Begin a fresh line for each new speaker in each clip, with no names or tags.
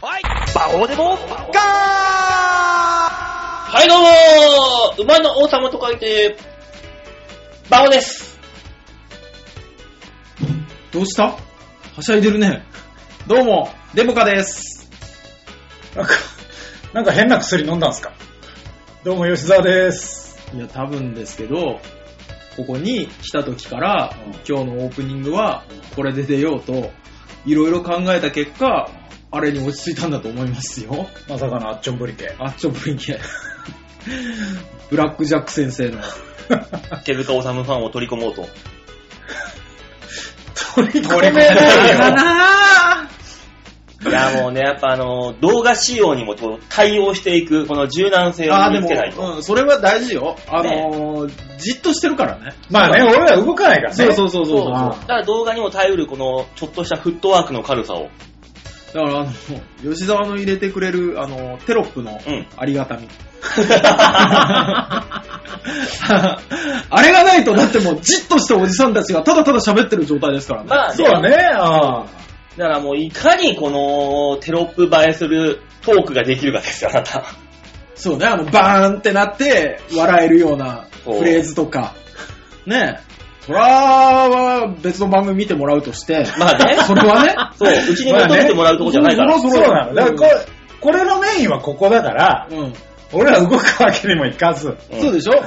こうでも、ガー
はい、どうも馬の王様と書いて、バオです。
どうしたはしゃいでるね。どうも、デモカです。
なんか、なんか変な薬飲んだんすかどうも吉沢です。
いや、多分ですけど、ここに来た時から、今日のオープニングは、これで出ようと、いろいろ考えた結果、あれに落ち着いたんだと思いますよ。
まさかのあっちょんぶり系。
あっちょぶりけ。ブラックジャック先 生の。
手塚治虫ファンを取り込もうと。
取り込め
か
ないよ。
ない
や、もうね、やっぱあの、動画仕様にもこう対応していく、この柔軟性
あ
を
あ、で
見つけない
も、
と。
うん、それは大事よ。あのーじっとしてるからね。
まあね、俺ら動かないからね。
そうそうそうそうそう。
だから動画にも耐えうるこの、ちょっとしたフットワークの軽さを。
だから、あの、吉沢の入れてくれる、あの、テロップの
うん
ありがたみ。 あれがないと、だってもう、じっとしたおじさんたちがただただ喋ってる状態ですからね。
まあ、
そうだね、ああ。
だからもういかにこのテロップ映えするトークができるかですよ、あな た。
そうね、あの、バーンってなって、笑えるような
そう
フレーズとか。ねえ。そらは、別の番組見てもらうとして。
まあね
それはね。
そう、うちに求めてもらうとこじゃないから。
まあね
そうなの。だからこれ、これのメインはここだから、
うん。
俺ら動くわけにもいかず。
うん
そうでしょだっ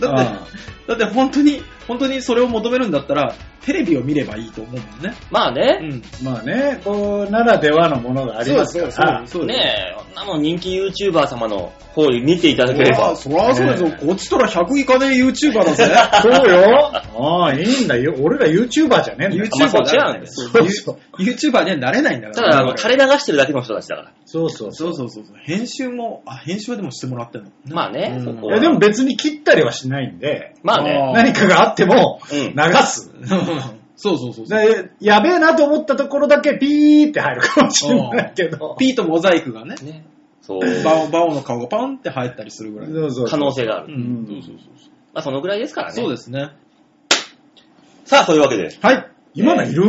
て
あ、
だって本当に、本当にそれを求めるんだったら、テレビを見ればいいと思うもんね。
まあね。
ん。
まあね、こう、ならではのものがありますから。
そう
ねえ、あんなの人気 YouTuber 様の方に見ていただ
そ
け
り
れ
ゃ
ば。
そりゃそうですよ。
ね
こっちとら100いかねえ YouTuber だぜ。
そうよ。ああ、いいんだよ。俺ら YouTuber じゃねえんだよ。
まあそう違うんです
そうそう。
YouTuber にはなれないんだか
た
ら。
だ、あの、垂れ流してるだけの人たちだから。
そうそう
そうそうそうそう。編集も、あ、編集はでもしてもらってんの。
まあね、
うん
そこ
い
は
やでも別に切ったりはしないんで、
まあね、
あー
何かがあっても
う
流
ん
す。
そうそうそうそう。
でやべえなと思ったところだけピーって入るかもしれないけど。
ピーとモザイクがね、
ねそう、
バオ、バオの顔がパンって入ったりするぐらい。
そうそう
可能性があ
う
る。
ん。
うん
そうそうそうそう。
まあ、そのぐらいですからね。
そうですね。
さあ、そういうわけで。
はい。
今のいる、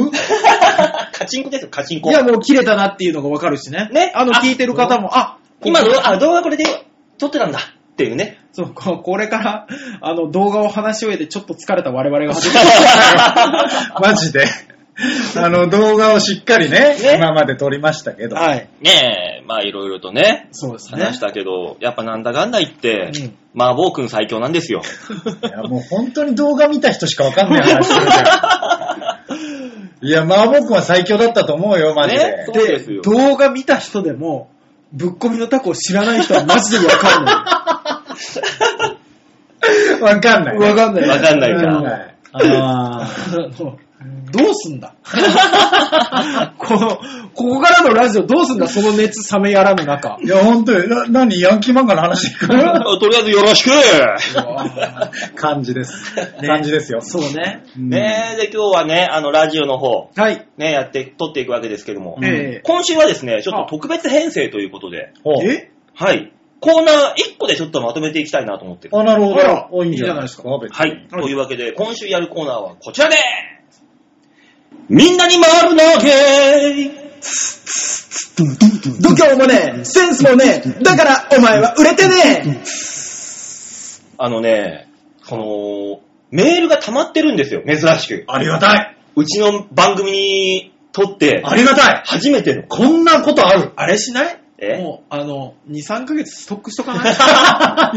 カチンコですよ、カチン
い
コ。
や、もう切れたなっていうのがわかるしね。
ね
あの、
あ
聞いてる方も、あ、
今の、あ、動画これで撮ってたんだっていうね。
そう、ここれから、あの、動画を話し終えてちょっと疲れた我々が始め
マジで。あの動画をしっかりね、
ね
今まで撮りましたけど。
た。 はい。
ねえ、まあいろいろとね、
そうですね。
話したけど、やっぱなんだかんだ言って、
うん
マーボー君最強なんですよ。
いや、もう本当に動画見た人しかわかんない話してるから。いや、まあ僕は最強だったと思うよ、マジで。
ねそうですよ
動画見た人でも、ぶっ込みのタコを知らない人はマジでわかんな。
わかんな いい。
わかんない。
わかんないから
う
あ
あ
ー
のどうすんだ この、ここからのラジオどうすんだその熱冷めやらぬ中。
いや、本当に、な、何、ヤンキー漫画の話 行く
とりあえずよろしく
感じです。感じですよ。
そうね。
うん
ねえ、で今日はね、あの、ラジオの方、
はい。
ね、やって、撮っていくわけですけども、
うん
え
今週はですね、ちょっと特別編成ということで、
お
え。え
はい。コーナー1個でちょっとまとめていきたいなと思ってる。
あ、なるほ
あら
ど。おいいんじゃないですか。別に
はい。というわけで、今週やるコーナーはこちらでみんなに丸投げ
度胸もねえ、センスもねえ、だからお前は売れてね。
あのね、この、メールが溜まってるんですよ、珍しく。
ありがたい。
うちの番組にとって、
ありがたい。
初めての。
こんなことある
あれしない
え
もう、あの、2、3ヶ月ストックしとか ない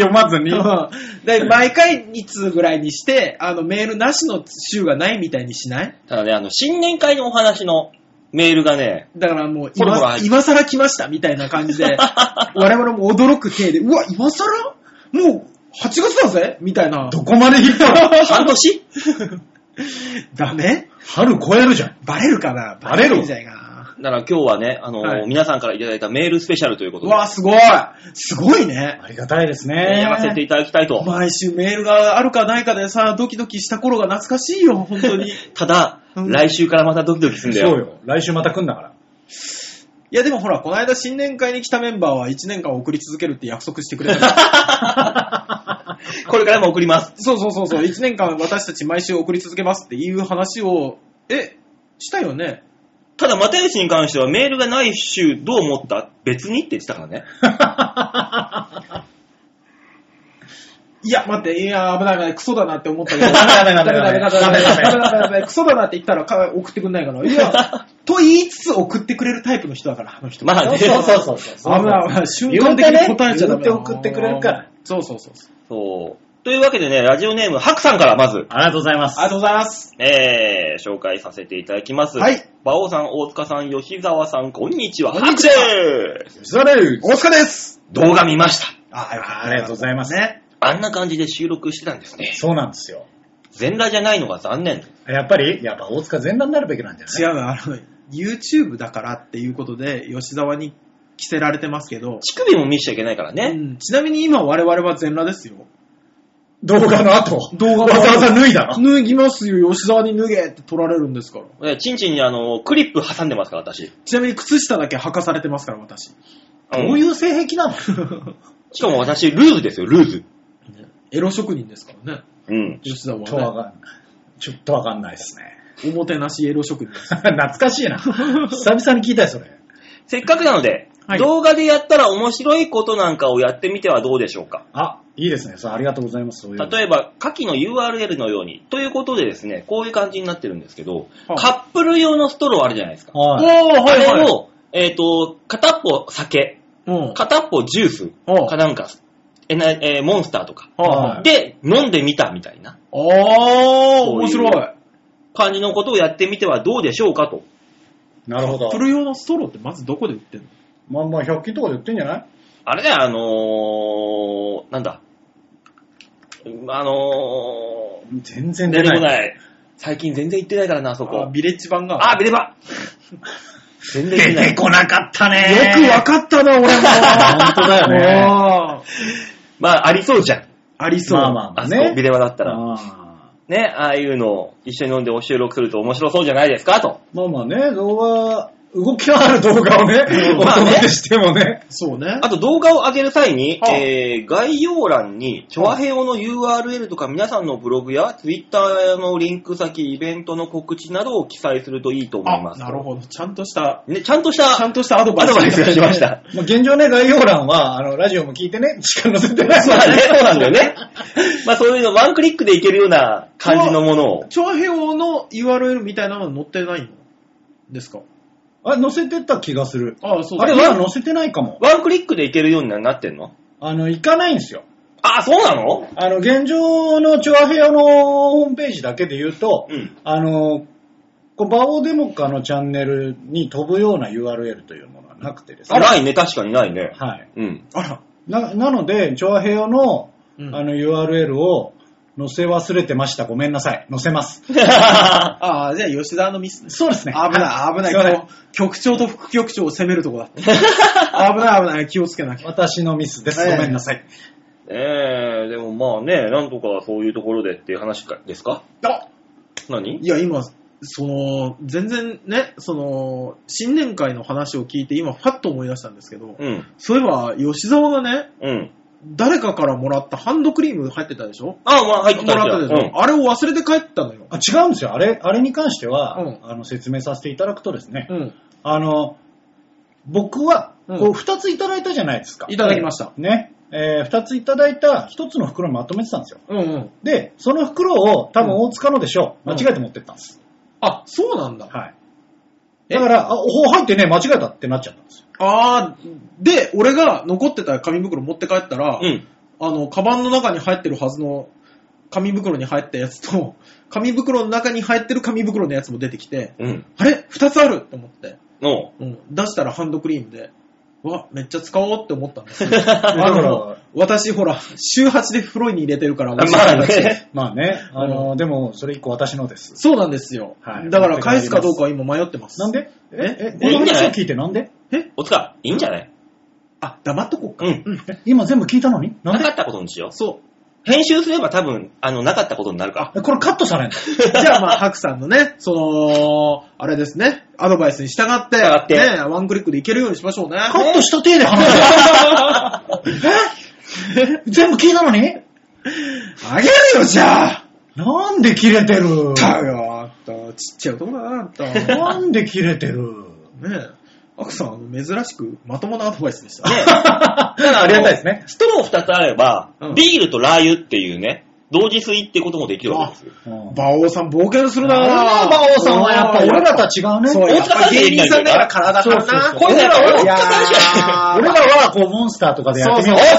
読まずに。
うんで毎回2通ぐらいにして、あの、メールなしの週がないみたいにしない
ただね、あの、新年会のお話のメールがね、
だからもう
ほらほ
今
ら、
今更来ましたみたいな感じ で、我々も驚く体で、うわ、今更もう8月だぜみたいな。
どこまで引っ張る
半年
ダメ
春超えるじゃん。
バレるかな
バレる
みたいな。
だから今日はね、あの、
はい
皆さんからいただいたメールスペシャルということ
う
で、
わ、すごいすごいね。
ありがたいです
えー
ね。
やらせていただきたいと。
毎週メールがあるかないかでさ、ドキドキした頃が懐かしいよ、本当 に。い
ただ、
うん
来週からまたドキドキするんだよ。
そうよ。来週また来んだから。
や、でもほら、この間新年会に来たメンバーは1年間送り続けるって約束してくれたから。
これからも送ります。
そうそうそうそう、1年間私たち毎週送り続けますっていう話を、え、したよね
ただ、又吉に関してはメールがない週どう思った別にって言ってたからね。
いや、待って、いや、危ない危ない、クソだなって思ったけ ど。
ダメダメダメ
ダメダメダメ
ダメダメ
ダメダメクソだなって言ったらか送ってくんないから。い や、と言いつつ送ってくれるタイプの人だから、あの人。
まあね。
そうそうそうそう。
危ない危ない、瞬間的に答えちゃダメだ
言うてね言うて送ってくれるから。
そうそうそうそう。
そう。というわけでね、ラジオネーム、ハクさんからまず、
ありがとうございま
ありがとうございます。
えー、紹介させていただきます。
はい。
馬王さん、大塚さん、吉沢さん、こんにちは。
こんに
拍
ち
手
は
それ
大塚です
動画見ました。
あ、よかった
ありがとうございます。
ね。
あんな感じで収録してたんですね。
そうなんですよ。
全裸じゃないのが残念。
やっぱり、やっぱ大塚全裸になるべきなんじ
違
ゃない
うの、あの、YouTube だからっていうことで、吉沢に着せられてますけど、
乳首も見しちゃいけないから
う
ね。
んちなみに今我々は全裸ですよ。
動画の後。
動画の後
わざわざ脱いだの。
脱ぎますよ、吉沢に脱げって取られるんですから。
えチンチンにあの、クリップ挟んでますから、私。
ちなみに靴下だけ履かされてますから、私。
どういう性癖な の
しかも私、ルーズですよ、ルーズ。
エロ職人ですからね、
うん。
吉沢
ちょっとわ
はね。
かんない。ちょっとわかんないですね。
おもてなしエロ職人です。
懐かしいな。久々に聞いたよ、それ。
せっかくなので、
はい
動画でやったら面白いことなんかをやってみてはどうでしょうか。
あ、いいですね。そう、ありがとうございます。そういうの
例えば、下記の URL のように。ということでですね、こういう感じになってるんですけど、
はい
カップル用のストローあるじゃないですか。
おー、
はい。
あ
はい
れ
はい。
を、えっ、と、片っぽ酒、
うん
片っぽジュース
お
かなんか、えなえーモンスターとか。
は
はい
い。
で、飲んでみたみたいな
あ
そ
ー、
ういう
面白い。
感じのことをやってみてはどうでしょうかと。
なるほど
プ。ル用のストローってまずどこで売ってんの
まあまあ、100均とかで売ってんじゃない
あれね、あのー、なんだ。あの
全
ー、
然
出て
出な
こ
い。
ない。最近全然行ってないからな、あそ
あ
こ。
ビレッジ版が。
あ、ビレバ全然行って
出
ない。
てこなかったね。
よくわかったな、俺も。
本当だよね。
あー
まあ、ありそうじゃん。
ありそう。
まあまあま
あ
あ
そこ、ビ
ね。
レバだったら。
あー
ね、ああいうのを一緒に飲んでお収録すると面白そうじゃないですかと。
まあまあね、動画、動きのある 動画をね、お
まあね
届けしてもね。
そうね。
あと動画を上げる際に、
はあ
えー、概要欄に、チョアヘオの URL とか皆さんのブログや Twitter のリンク先、イベントの告知などを記載するといいと思いま
あ、
す。
なるほど。ちゃんとした、
ね、ちゃんとした
ちゃんとしたアドバ
ア
イス。
ドバイスがしまし。 た。
まあ現状ね、概要欄は、あの、ラジオも聞いて ね、しか載せてな い
ま
か
あ
ら
ね、そうなんだよね。まあそういうの、ワンクリックでいけるような感じのものを。
長編王の URL みたいなの載ってないんですか
あ、載せてた気がする。
ああ、そう
あ
だ
れ、今載せてないかも。
ワンクリックでいけるようになってんの
あの、行かないんですよ。
ああ、そうなの
あの、現状のチョアヘヨのホームページだけで言うと、
うん。
あの、こうバオデモカのチャンネルに飛ぶような URL というものはなくてですね。
ないね、確かにないね。
はい。
うん。
あら。
な、なので、チョアヘヨの、
うん
あの URL を載せ忘れてました。ごめんなさい。載せ ます。
ああ、じゃあ吉沢のミス。
そうです
危
ね。
ない、危ない。
すいません
こう局長と副局長を責めるとこだった。 危ない、危ない。気をつけなきゃ。
私のミスで
え
す。
え
ごめんなさい。
えー、でもまあね、なんとかそういうところでっていう話かですか
あ
何
いや、今、その、全然ね、その、新年会の話を聞いて、今、ファッと思い出したんですけど、
うん。
そういえば、吉沢がね、
うん。
誰かからもらったハンドクリーム入ってたでしょ
あ、まあ入って
も
た
らった
入っ
で
て
しょ、あれを忘れて帰ったのよ。
あ違うんですよ。あれ、あれに関しては、
うん
あの、説明させていただくとですね、
うん。
あの、僕は、
うん
こう、二ついただいたじゃないですか。
いただきました。
ね。えー二ついただいた一つの袋にまとめてたんですよ。
うんうん。
で、その袋を多分大塚のでしょう。
うん
間違えて持ってったんです。
あ、そうなんだ。
はい。
え
だから、あ、おほ入ってね、間違えたってなっちゃったんですよ。
あー、で、俺が残ってた紙袋持って帰ったら、
うん。
あの、カバンの中に入ってるはずの紙袋に入ったやつと、 紙袋の中に入ってる紙袋のやつも出てきて、
うん。
あれ二つあると思って、
の、
うん、出したらハンドクリームで、うわ、めっちゃ使おうって思ったんですよ。
だか
あの
ら、
私ほら、週8で風呂に入れてるか ら、
まあね。
まあね、あの、でも、それ一個私のです。
そうなんですよ。
はい
だから返すかどうかは今迷ってます。
なんで
え
え、え、この話を聞いてなんで
おつか、いいんじゃない
あ、黙っとこうか。
うん。
え今全部聞いたのにな
なん
で
かったことにしよ。
そう
編集すれば多分、あの、なかったことになるから。
えこれカットされんの
う。じゃあまあ、ハクさんのね、その、あれですね、アドバイスに従って、
従って
ね、ワンクリックでいけるようにしましょうね。
カットした手で話 すえ全部聞いたのに
あげるよ、じゃあ
なんで切れてる
だよ、あんたはちっちゃい男だな、あんたは。
なんで切れてる
ねえ。アクさん、あの、珍しくまともなアドバイスでした。
ね
だからありがたいですね。
ストロー2つあれば、
うん
ビールとラー油っていうね、同時吸いってこともできるわけですよ。
バ
馬王さん、冒険するな
あ馬王さんはやっぱ俺らとは違うね。
そう
俺
や
大塚さん芸人さんだから体
張るな
これだから
い
俺大塚
や
さんしか
ー俺らはこうモンスターとかでやってみよう。
そうそ
大
う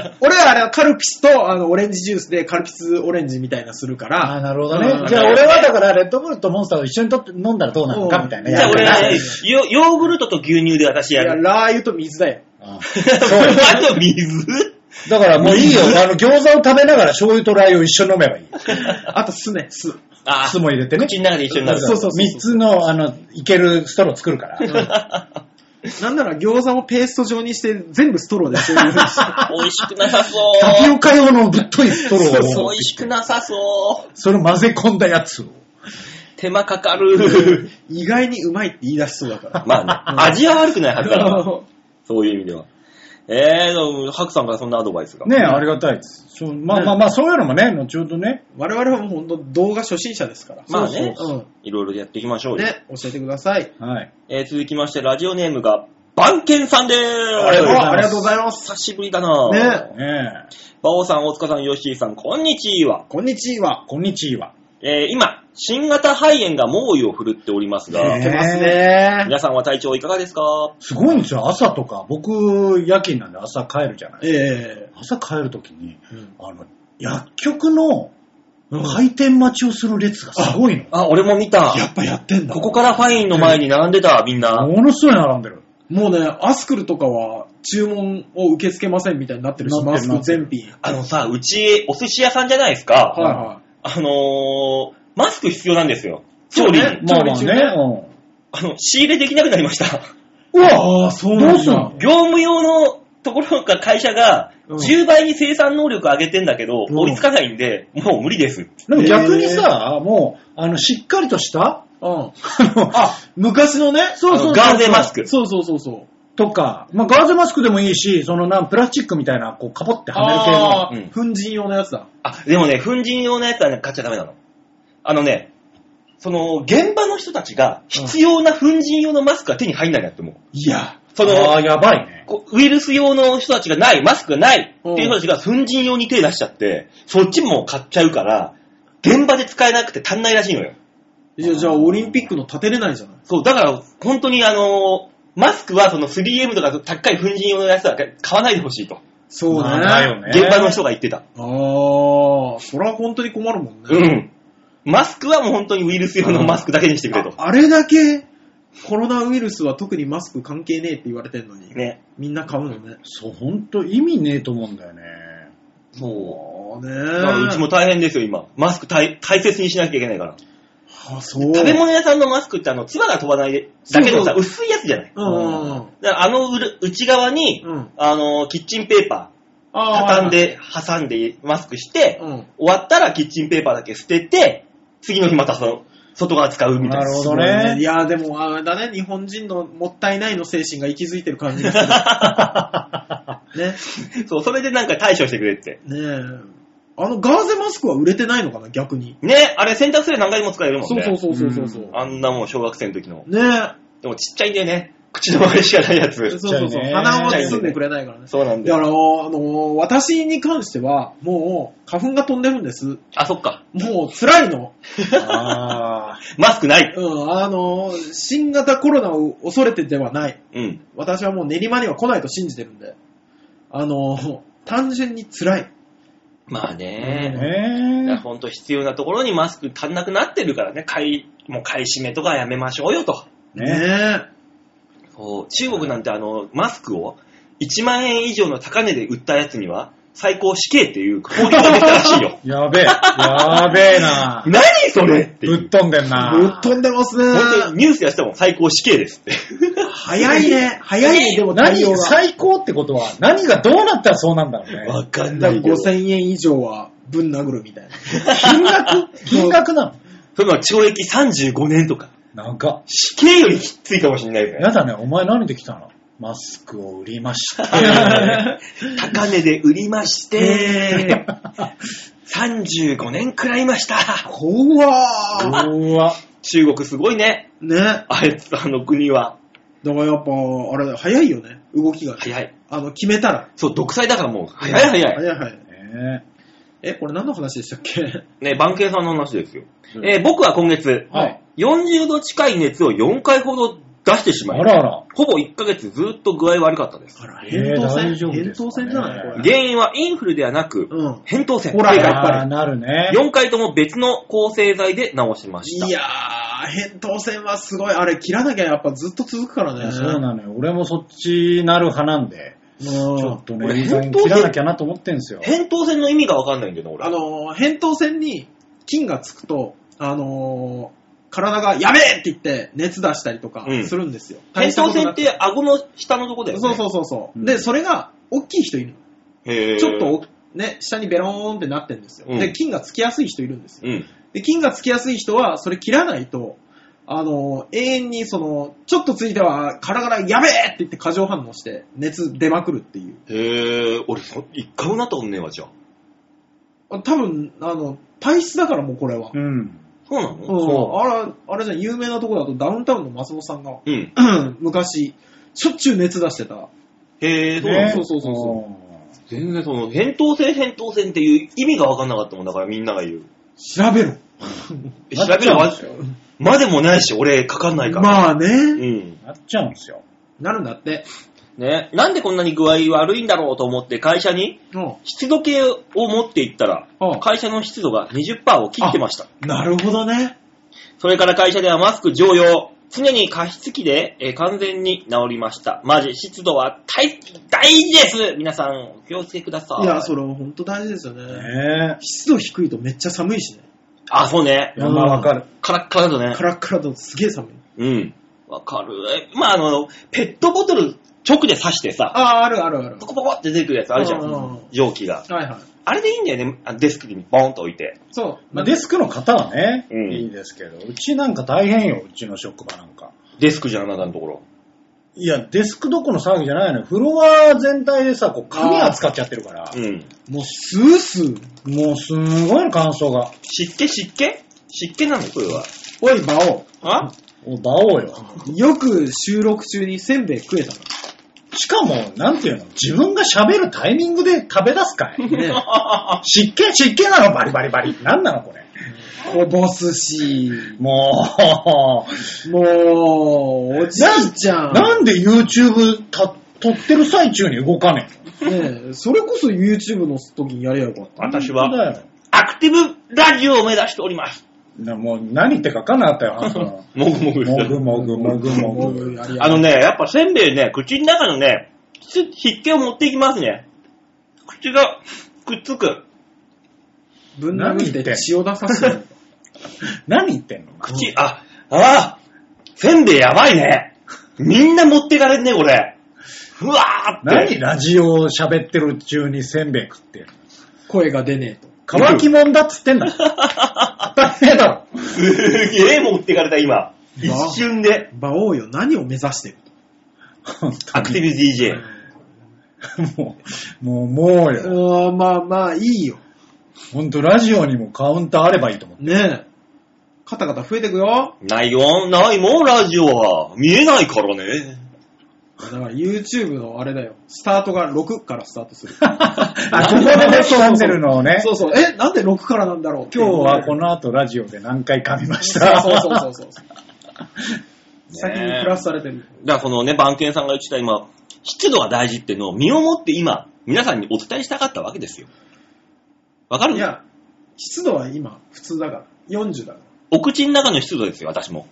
塚
俺はあれはカルピスとあのオレンジジュースでカルピスオレンジみたいなするか
ああ、
ら、
なるほど
う
ね
ん。
じゃあ俺はだからレッドブルとモンスターを一緒にとって飲んだらどうなのかみたいな。
うん
じゃあ俺
や
は
る
ね、ヨヨーグルトと牛乳で私
い
や
や、
る。
ラー油と水だ よ。
なうんそうよ
あと水
だからもういいよ。あの、餃子を食べながら醤油とラー油を一緒に飲めばいい。
あと酢ね、酢。
あ
酢も入れてね。
口の中で一緒になる。
そうそうそう。三つの、あの、いけるストロー作るから。
なんなら餃子もペースト状にして全部ストローでそういう風に して
美味しくなさそ
タピ
う。
オカ用のぶっといストロー
そう
を
美味しくなさそう。
それを混ぜ込んだやつを。
手間かかる。
意外にうまいって言い出しそうだ から。
まあね、味は悪くないはずだから。そういう意味では。えー、でもハクさんからそんなアドバイスが。
ねえ、ありがたいです。そうまあまあまあ、そういうのもね、後ほどね。
我々はもう本当動画初心者ですから。
まあね
そうそう
いろいろやっていきましょ
うん
うよ。
ね、教えてください。
はい。
えー続きまして、ラジオネームが、番犬さんでーす。
ありがとうございます
ありがとうございます。
久しぶりだな
ね
ねえ、
馬王さん、大塚さん、ヨッシーさん、こんにちは。
こんにちは。
こんにちは。
えー今、新型肺炎が猛威を振るっておりますが、
ね
来てますね。
皆さんは体調いかがですか
すごいんですよ、朝とか。僕、夜勤なんで朝帰るじゃない。
え
朝帰るときに、
え
あの、薬局の開店待ちをする列がすごいの。
あ、俺も見た。
やっぱやってんだ。
ここからファインの前に並んでた、みんな。
ものすごい並んでる。
もうね、アスクルとかは注文を受け付けませんみたいになってるし、
な
マ
って
ス
る
ク全品。
あのさ、うち、お寿司屋さんじゃないですか。
はいは
あのー、マスク必要なんですよ。調理に。
そうね
まあまあ
調理
ね。うん
あの、仕入れできなくなりました。
い。うわあーそうなんだ。
どうすんの
業務用のところが会社が
うん
10倍に生産能力上げてんだけど、
うん
追いつかないんで、もう無理です。
でも逆にさ、もう、あの、しっかりとした、
うん。
あの
あ、昔のね。
そうそうそうそう
ガーゼマスク
そうそうそうそう。
とか、まあ、ガーゼマスクでもいいし、そのなん、プラスチックみたいな、こう、かぼってはめる系の
あ
める
ー
系
粉塵用のやつだ。
あ、でもね、粉塵用のやつはね、買っちゃダメなの。あのね、その、現場の人たちが必要な粉塵用のマスクは手に入んないなって思う。
いや。
そ
あ
の
あ、、やばいね。
こうウイルス用の人たちがない、マスクがないっていう人たちが粉塵用に手出しちゃって、そっちも買っちゃうから、現場で使えなくて足んないらしいのよ。
じゃあ、じゃあオリンピックの立てれないじゃない。
そう、だから、本当にあのーマスクはその 3M とか高い粉塵用のやつは買わないでほしいと、
そうね。
まあないよね
現場の人が言ってた。
あー、それは本当に困るもんね。
うん。マスクはもう本当にウイルス用のマスクだけにしてくれと。
あれだけ、コロナウイルスは特にマスク関係ねえって言われてんのに、
ね。
みんな買うのね。
そう、ほんと意味ねえと思うんだよね。
そ
あーね
う。だからうちも大変ですよ、今。マスク大大切にしなきゃいけないから。
あ、そう。
食べ物屋さんのマスクってあの、つばが飛ばないだけのさ、薄いやつじゃない。
うん。
だからあのうる内側に、
うん。
あのー、キッチンペーパー、畳ん。で、挟んでマスクして、
うん。
終わったらキッチンペーパーだけ捨てて、次の日またその、外側使うみたいな。
なるほど
そ
ね
れね。いや、でも、あれだね、日本人のもったいないの精神が息づいてる感じが する。
そう、それでなんか対処してくれって。
ね。ねえ。あの、ガーゼマスクは売れてないのかな、逆に。
ね、あれ洗濯すれば何回でも使えるもん
そ
ね。
うそうそうそうそうそう。
あんなもん小学生の時の。
ねえ。
でもちっちゃいんだよね。口の周りしかないや
そう
つ。
そう
ち
そ
っちゃ
う
い。ね
鼻を包んでくれないからね。
そうなんだ
だから、
よ。
あの、私に関しては、もう、花粉が飛んでるんです。
あ、そっか。
もう、辛いの。
ああ、
マスクない。
うん、あの、新型コロナを恐れてではない。
うん。
私はもう練馬には来ないと信じてるんで。あの、単純に辛い。
まあね。いや
ね
ほんと必要なところにマスク足んなくなってるからね。買い、もう買い占めとかやめましょうよと。
え。
ね
ね
そう中国なんてあの、マスクを1万円以上の高値で売ったやつには、最高死刑っていう法律ができたらしいよ。。
え。やべえ。やべえな
何それってい
ぶっ
う。
飛んでんな。
ぶっ飛んでます
本当
ね。
にニュースやってたもん、最高死刑ですって。
早いね。早いね、でも対応
何、
が。
最高ってことは、何がどうなったらそうなんだろうね。
わかんないけど。そ
5000円以上はぶん殴 るみたいな。
金額金額なの
れは懲役35年とか。
なんか、
死刑よりきついかもしれないね。
やだね、お前何できたのマスクを 売りました。
高値で売りまして、 35年くらいました。
怖ー
うわ。
中国すごいね。
ね。だか
あいつ、あの国は。
らやっぱ、あれ、早いよね。動きが。
早い。
あの、決めたら。
そう、独裁だからもう、早い早い。
早い早い。
ね
え、これ何の話でしたっ け
ね、番犬さんの話ですよ。
うん
えー僕は今月、
はい。
40度近い熱を4回ほど出してし
あ
ま
ら
い、
あら。
ほぼ1ヶ月ずっと具合悪かったです。
あら、
えー
扁桃腺、
大丈夫
扁
ですかね
桃腺じゃないこれ。
原因はインフルではなく、
うん。
扁桃腺。
ほら
正解
やっぱり
あーなるね。
4回とも別の抗生剤で治しました。
いやー、扁桃腺はすごい。あれ、切らなきゃやっぱずっと続くから
い
ね。
やそうなのよ。俺もそっちなる派なんで、
うん
ちょっとね、
俺
いい加減切らなきゃなと思ってんすよ。
扁桃腺の意味がわかんないんだよね、俺。
あのー、扁桃腺に菌がつくと、あのー、体がやべえって言って熱出したりとか
うん
するんですよ。
扁桃腺っ
大したことなく
て顎の下のとこだよね。
そうそうそうそう、
うん
で、それが大きい人いる
へー
の。ちょっとお、ね、下にベローンってなってるんですよ、
うん
で、菌がつきやすい人いるんですよ。
うん。
で、菌がつきやすい人は、それ切らないと、あのー、永遠にその、ちょっとついては、カラカラやべえって言って過剰反応して、熱出まくるっていう。
へえ、俺、そ一回もなったことねえわ、じゃあ。
あ多分、あの、体質だからもうこれは。
うん。
そうなの
うん、
そ
あれ、あれじゃん、有名なとこだとダウンタウンの松本さんが、
う。ん。
昔、しょっちゅう熱出してた。
へえ、そうな
ね
の
そうそうそうそ
全然その、扁桃腺、扁桃腺っていう意味がわかんなかったもんだから、みんなが言う。
調べろ。
え調べるわまでもないし、俺、かかんないから。
まあ
う
ね、
ん。
なっちゃうんですよ。
なるんだって。
ね、なんでこんなに具合悪いんだろうと思って会社に
う
湿度計を持って行ったら、
うん
会社の湿度が20%を切ってました。
んなるほどね。
それから会社ではマスク常用。常に加湿器で、えー完全に治りました。マジ、湿度は大、大事です皆さん、お気をつけください。
いや、それは本当大事ですよね。
ね
湿度低いとめっちゃ寒いしね。
あ、そうね
え。。いや、まあわかる。
カラッカラだね
カ。ラッカラだとすげえ寒い。
うん。わかる。えまあ、あの、ペットボトル直で刺してさ、
ああ、あるあるある
ポ。コポコって出てくるやつあるじゃ
うんうんうん
ん。蒸気が。
はいはい。
あれでいいんだよね。あデスクにボンと置いて。
そう。
まあ、デスクの方はね、
うん
いいですけど、うちなんか大変よ、うちの職場なんか。
デスクじゃん、あなたのところ。
いや、デスクどこの騒ぎじゃないのよ。フロア全体でさ、こう、紙扱っちゃってるから
う、ん。
もうスースー。
もうすんごいの感想が。
湿気、湿気湿気なのこれは。
おい、バオ。
あ
お、馬王よ。
よく収録中にせんべい食えた
しかも、なんていうの自分が喋るタイミングで食べ出すか い
な。ね。
湿気湿気なのバリバリバリ。なんなのこれ。
こぼすし、
も
もう、おじいちゃ
う、
ん。
なんで YouTube た撮ってる最中に動かねえの
ねえそれこそ YouTube の時にやればよかった。
私
本当
は、
だよ。
アクティブラジオを目指しております。
なもう何言ってか分かんなかったよ、あんたの
もぐもぐして
も
る
ぐもぐもぐも
もう
ぐ。
やりや
あのね、やっぱせんべいね、口の中のね、湿湿気を持っていきますね。口がくっつく。
ぶん殴
何言
っ
ってて
血を出させる。
何言ってんの
口、あ、ああせんべいやばいね。みんな持ってかれんね、これ。うわーっ
何
て。
ラジオ喋ってる中にせんべい食ってんの
声が出ねえと。
乾きもんだっつってんだ。当たり前だろ。
すげえ持ってかれた、今。一瞬で。
馬王よ、何を目指してる
本当
アクティブ DJ。
もう、もう、もうよ。
うーん、まあまあ、いいよ。
ほんと、ラジオにもカウンターあればいい と思う。
ねえ。カタカタ増えてくよ。
ないよ、ないもん、ラジオは。見えないからね。
だから YouTube のあれだよ。スタートが6からスタートする。
あ、ここでね、チャンネルのをね、
そうそう。え、なんで6からなんだろう
今日はこ
の。
の後ラジオで何回噛みまし
そう
た。
そうそうそうそう。先に
ねえ
プラスされてる。
だからこのね、番犬さんが言ってた今、湿度が大事っていうのを身をもって今、皆さんにお伝えしたかったわけですよ。わかる
いや、湿度は今、普通だから。40だから。
お口の中の湿度ですよ、私も。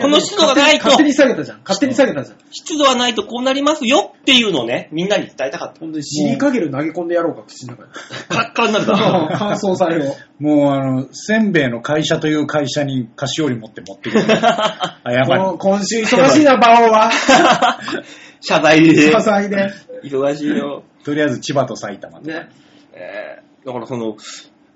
この湿度がないと
勝手に下げたじゃん。勝手に下げたじゃん。
湿度はないとこうなりますよっていうのをね、みんなに伝えたかった。
本当に尻かげる投げ込んでやろうか、口の中に。
カラッカラになるから。
乾燥剤を。
もう、あの、せんべいの会社という会社に菓子折り持って持ってくる。謝
も
り。
う今週忙しいな、馬王は。
謝罪で
火。災で。
忙しいよ。
とりあえず千葉と埼玉で。
ね。
えーだからその、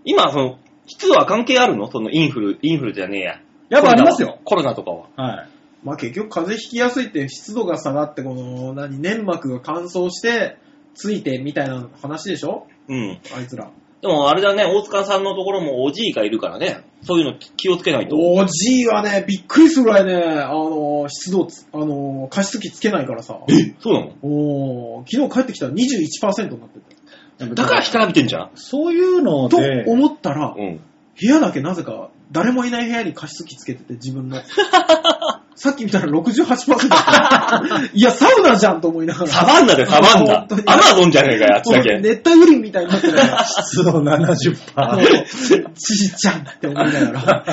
今、その、湿度は関係あるのそのインフル、インフルじゃねえや。
やっぱありますよ。
コロナは。コロナとかは。
はい。
まあ結局風邪ひきやすいって湿度が下がって、この、何、粘膜が乾燥して、ついてみたいな話でしょ
うん。
あいつら。
でもあれだね、大塚さんのところもおじいがいるからね、そういうの気をつけないと。
おじいはね、びっくりするぐらいね、あのー、湿度つ、あのー、加湿器つけないからさ。
えそうなの
おー昨日帰ってきたら21%になってた。
だから干からびてんじゃん。
そういうの
と
で、
思ったら、
うん。
部屋だけなぜか、誰もいない部屋に加湿器つけてて、自分 の。さっき見たら68%だった。 いや、サウナじゃんと思いながら。
サバンナでサバンナ
本当に。
アマゾンじゃねえかよ、あっちだけ。
熱帯雨林みたいになって る。
湿度
あの
70%。
ちいちゃんって思いながら。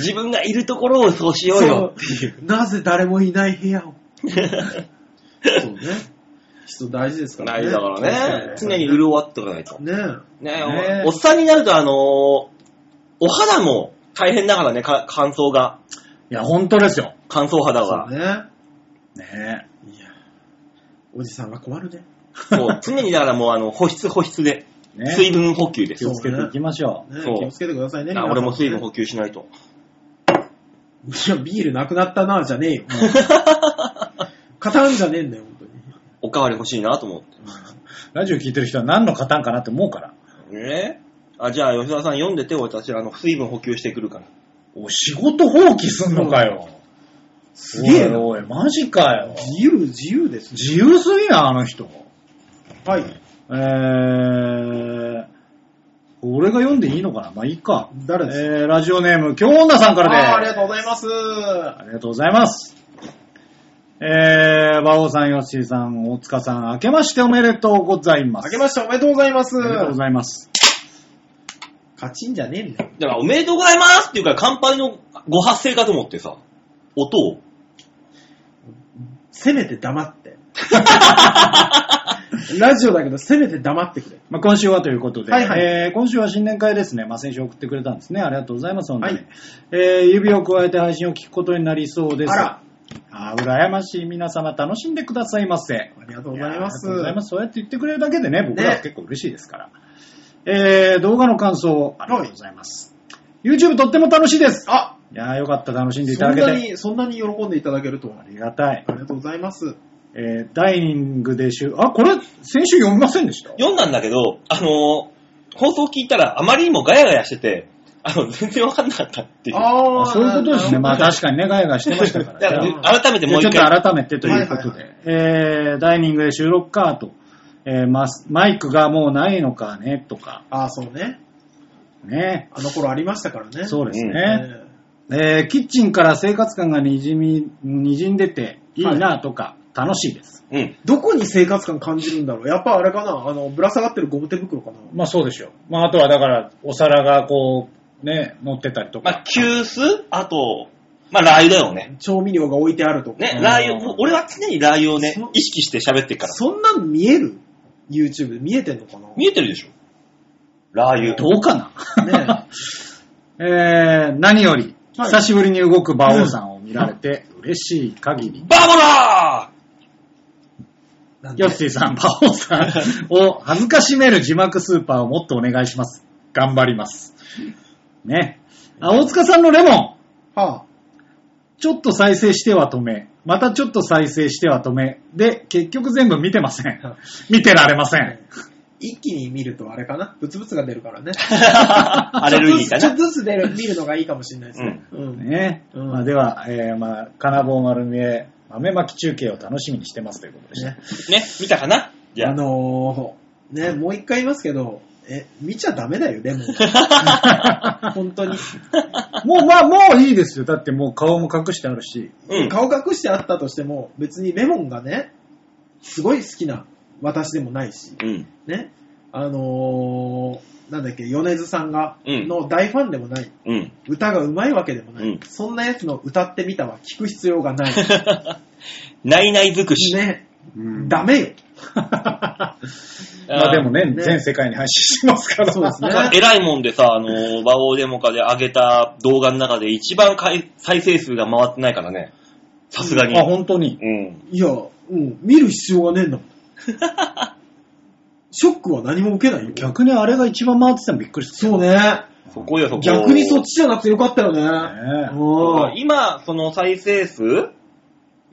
自分がいるところをそうしようよ。
そうなぜ誰もいない部屋を。そうね。人大事ですから
大
ね。
事だからね。常に潤わっとかないと。
ね
ね
ね
おおっさんになると、あのーお肌も大変だからね、か乾燥が。
いや、本当ですよ。
乾燥肌
そう
が。
ね。
ね
いや、おじさんが困るね。
そう、常にだからもう、あの、保湿保湿で、
え。ね
水分補給で
気
す。
をつけていきましょう。
ね
そう
気をつけてくださいね。
あ
皆さん
俺も水分補給しないと。
いや、ビールなくなったな、じゃ ねえよ。勝たんじゃねえんだよ、本当に。
おかわり欲しいなと思って。
ラジオ聞いてる人は何の方かなって思うから。
ねあ、じゃあ、吉田さん読んでて、私、あの、水分補給してくるから。
お仕事放棄すんのかよ。
すげえな
おいおい、マジかよ。
自由、自由ですね。
自由すぎな、あの人。
はい。
えー、俺が読んでいいのかなまあいいか。
誰ですか
えー、ラジオネーム、京女さんからです。
あーありがとうございます。
ありがとうございます。えー、馬王さん、ヨッシーさん、大塚さん、明けましておめでとうございます。
あけましておめでとうございます。
おめでとうございます。
勝ちんじゃねえんだよ。
だから、おめでとうございますっていうから、乾杯のご発声かと思ってさ、音を。
せめて黙 って。ラジオだけど、せめて黙ってくれ。
まあ、今週はということで、
はいはい
えー今週は新年会ですね。まあ、先週送ってくれたんですね。ありがとうございます、本当に。
はい
えー指を加えて配信を聞くことになりそうです。
あら、
あー羨ましい皆様、楽しんでくださいませ。
ありがとうございます。
やありがとうございます。そうやって言ってくれるだけでね、僕らは
ね
結構嬉しいですから。えー、動画の感想、ありがとうございます。YouTube とっても楽しいです。
あ
いやーよかった、楽しんでい
そ
ただ
ん
けて。
な
あ
に、そんなに喜んでいただけるとは。
りがたい。
ありがとうございます。
えー、ダイニングでしゅ、あ、これ、先週読みませんでした
読んだんだけど、あのー放送聞いたら、あまりにもガヤガヤしてて、あの、全然わかんなかったっていう。
あ
あそういうことですね。まあ
か
確かにね、ガヤガヤしてましたか
だ
ら
か
ね。
いや
ら、改めてもう
ちょ
一
っ
回。
と改めてということで、
は
えー、ダイニングで収録かと、えーマス、マイクがもうないのかね、とか、
ああ、そうね。
ね。
あの頃ありましたからね。
そうですね。
え
えーキッチンから生活感がにじみ、にじんでていいなとか、楽しいです。
うん。
えどこに生活感感じるんだろうやっぱあれかなあの、ぶら下がってるゴム手袋かな
まあそうでしょう。まああとはだから、お皿がこう、ね、乗ってたりと
まあ、急須あと、まあ、ラー油だよね。
調味料が置いてあるとか。
ね
う、ん
ラー油、もう俺は常にラー油をね
そう、
意識して喋ってるから。
そんなの見える ?YouTube で見えてんのかな
見えてるでしょラー油。
どうかな
ね
えー、何より、
はい
久しぶりに動く馬王さんを見られて嬉しい限り、
バーボ ラ
なんで
ヨッシーさん、馬王さんを 恥ずかしめる字幕スーパーをもっとお願いします。頑張ります。ね。あ、大塚さんのレモン、
はあ、
ちょっと再生しては止め、またちょっと再生しては止め、で、結局全部見てま せん。見てられません。
一気に見るとあれかなブツブツが出るからね。
ーアレルギーか
ちょっ
な
とずつ出る見るのがいいかもしれないですね。うん
ね。
うん
まあ、では、えー、まあ、金棒丸見え、豆まき中継を楽しみにしてますということでした。
ね
ね、見たかなじゃ
あ
あ。
のー、ね、もう一回言いますけど、え、見ちゃダメだよ、レモン。本当に。
もう、まあ、もういいですよ。だってもう顔も隠してあ るし。
うん。
顔隠してあったとしても、別にレモンがね、すごい好きな私でもないし、
うん。
ね、あのー、なんだっけ、米津さんが、
うん
の大ファンでもない、
うん。
歌が上手いわけでもない、
うん
そんなやつの歌ってみたは聞く必要 がない。
ないない尽くし。
ね、ダメよ。
まあでもね、
ね
全世界に配信してますから。
そう ですね
なんか偉いもんでさ、あのー、バオーデモカで上げた動画の中で一番回再生数が回ってないからね。さすがに。
あ、本当に。
うん。
いや、うん、見る必要がねえ んだもん。ショックは何も受けないよ。
逆にあれが一番回ってたのびっくりした。
そうね。
そこよ、そこ。
逆にそっ。ちじゃなくてよかったよね。
ね
うん
今、その再生数、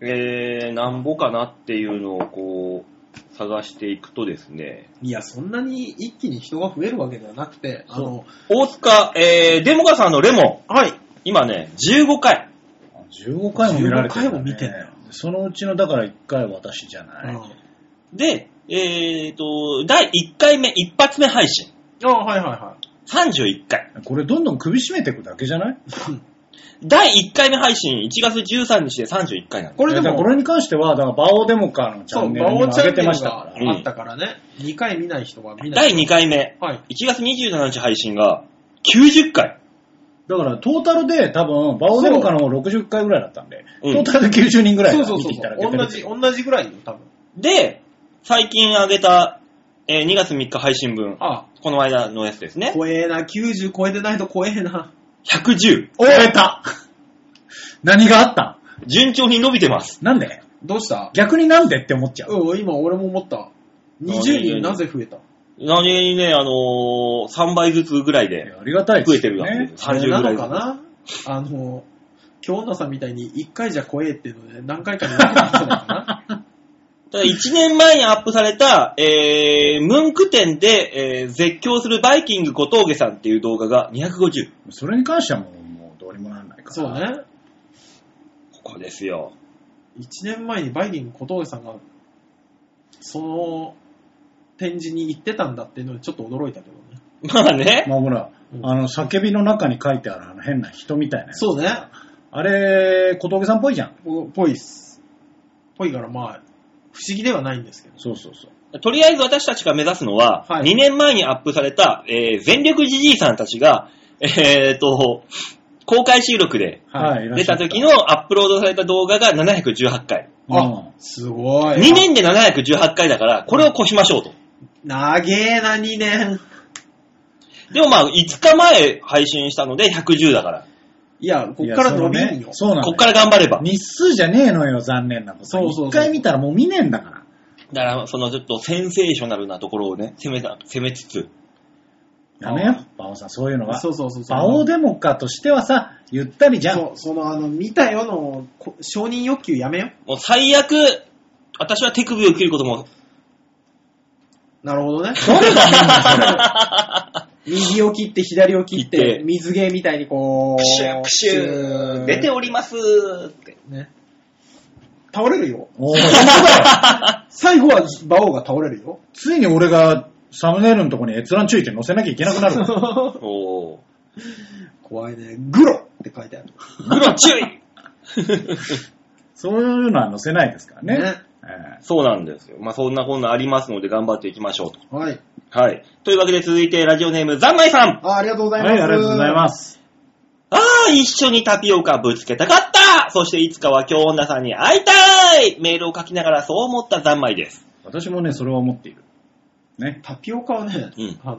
えー、なんぼかなっていうのをこう、探していくとですね、
いや、そんなに一気に人が増えるわけではなくて、あの、
大塚、えー、デモカさんのレモン、
はい。
今ね、15回。
15回も見られてる、
15回も見てんだよ。
そのうちの、だから1回私じゃない。
で、えーと、第1回目、一発目配信。
ああ、はいはいは
31回。
これどんどん首絞めていくだけじゃない
第1回目配信、1月13日で31回なの。
これで
いやだか
も
らこ、れに関しては、だから、バオデモカーのチ
そ
ャ
う、
ンネル
馬
に
王
も
チャ
上
ン
げ
ネ
て
ル
ました
が
か
うん
あったからね、2回見ない人は見ない。
第2回目、
はい。
1月27日配信が90回。
ら。だから、トータルで多分、バオデモカーの方60回ぐらいだったんで、
うん
トータルで90人ぐらい
そう
が
そう
見
そ
て
う
きたら
そう。同
出て
じ、
る
同じぐらいよ、多分。
で、最近上げた、えー2月3日配信分、
あ
この間のやつです
あ、
ね。
怖えな、90超えてないと怖えな。
110。
おやった何があった
順調に伸びてます。
なんで
どうした
逆になんでって思っちゃう。
うん、今俺も思った。20人なぜ増えた
何気にね、あのー、3倍ずつぐらい
い
で
やありがたいです、
増え
ね。
てるわけです。30ぐら
ないの
ずつ
かなあの、京女さんみたいに1回じゃ怖えっていうので何回かに分けてきたのかな
ただ1年前にアップされた、えー、ムンク店で、えー、絶叫するバイキング小峠さんっていう動画が250。
それに関してはもう、もうどうにもなんないから。
そう。ね。
ここですよ。
1年前にバイデン小峠さんが、その展示に行ってたんだっていうのでちょっと驚いたけどね。
まあね。
まあほら、
うん
あの、叫びの中に書いてあるあの変な人みたいなやつ。
そうね。
あれ、小峠さんっぽいじゃん。
ぽぽいっす。ぽいからまあ、不思議ではないんですけど。
そうそうそう。
とりあえず私たちが目指すのは、
はい
2年前にアップされた、えー、全力じじいさんたちが、 えー、と、公開収録で
はい
いらっ
出
しゃ
た
った
時のアップロードされた動画が718回。
あ、すごい。
2年で718回だから、これを越しましょうと。
長えな、2年。
でもまあ、5日前配信したので110だから、
いや、こ
い
っ
や
から伸び
そ
ん
うね
よ。
そうなんだ
こ
よ
っから頑張れば。
日数じゃねえのよ、残念なこと。
そうそうそう
一回見たらもう見ねえんだから。
だから、そのちょっとセンセーショナルなところをね、攻めた、攻めつつ。
やめよ、馬王さん、そういうのは。
そうそうそうそう。
馬王デモカとしてはさ、ゆったりじゃん。
そう、その、あの、見たよの、こ承認欲求やめよ。
もう最悪、私は手首を切ることも、
なるほどね。
どれが変だ
右を切って、左を切っ
切って
て、水芸みたいにこう、
プシュープシュー、出ておりますって。
ね。倒れるよ。
それ。おー本当だよ
最後は馬王が倒れるよ。
ついに俺がサムネイルのとこに閲覧注意って載せなきゃいけなくなるわ。
おー。
怖いね。グロって書いてある。
グロ注 意
そういうのは載せないですからね。
ね
え
そうなんですよ。まあそんなこんなありますので頑張っていきましょうと。
はい。
はい。というわけで続いてラジオネーム、ざんまいさん。
あありがとうご
え
ざいます。
はい、ありがとうございます。
あー、一緒にタピオカぶつけたかったそしていつかは京女さんに会いたいメールを書きながらそう思ったざんまいです。
私もね、それは思っている。ね。
タピオカはね、
うん
あの、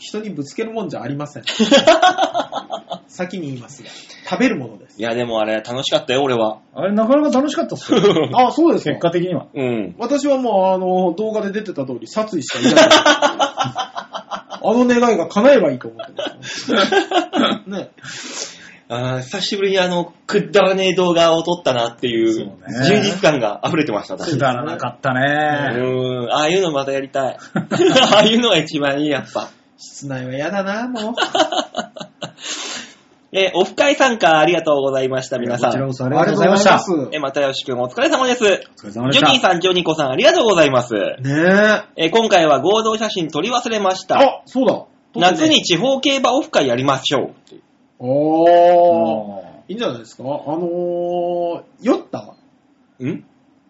人にぶつけるもんじゃありません。先に言いますが、食べるものです
い。やでもあれ楽しかったよ、俺は。
あれ、なかなか楽しかったっすよ。
あ、そうです
結果的には。
うん。
私はもう、あの、動画で出てた通り、殺意しかい ない。あの願いが叶えばいいと思ってます。ね。
あー久しぶりにあの、くだらねえ動画を撮ったなってい
そう
う
ね、
充実感が溢れてました、
く
私。
だらなかったね。
うーん、ああいうのまたやりた い。ああいうのが一番いい、やっぱ。
室内は嫌だな、もう。
えーオフ会参加ありがとうございました、皆さ
こちらこ
ん。
そありがとうございまし
あ
た。
りがとうござ
え
い
ー、またよしくんお疲れ様です。
お疲れ様で
ジ
し
ョニー
た。
さん、ジョニコさん、ありがとうございます。
ますねえ。
えー今回は合同写真撮り忘れました。
あ、そうだ。
夏に。地方競馬オフ会やりましょう。
おー。
おー
いいんじゃないですかあのー、酔った
ん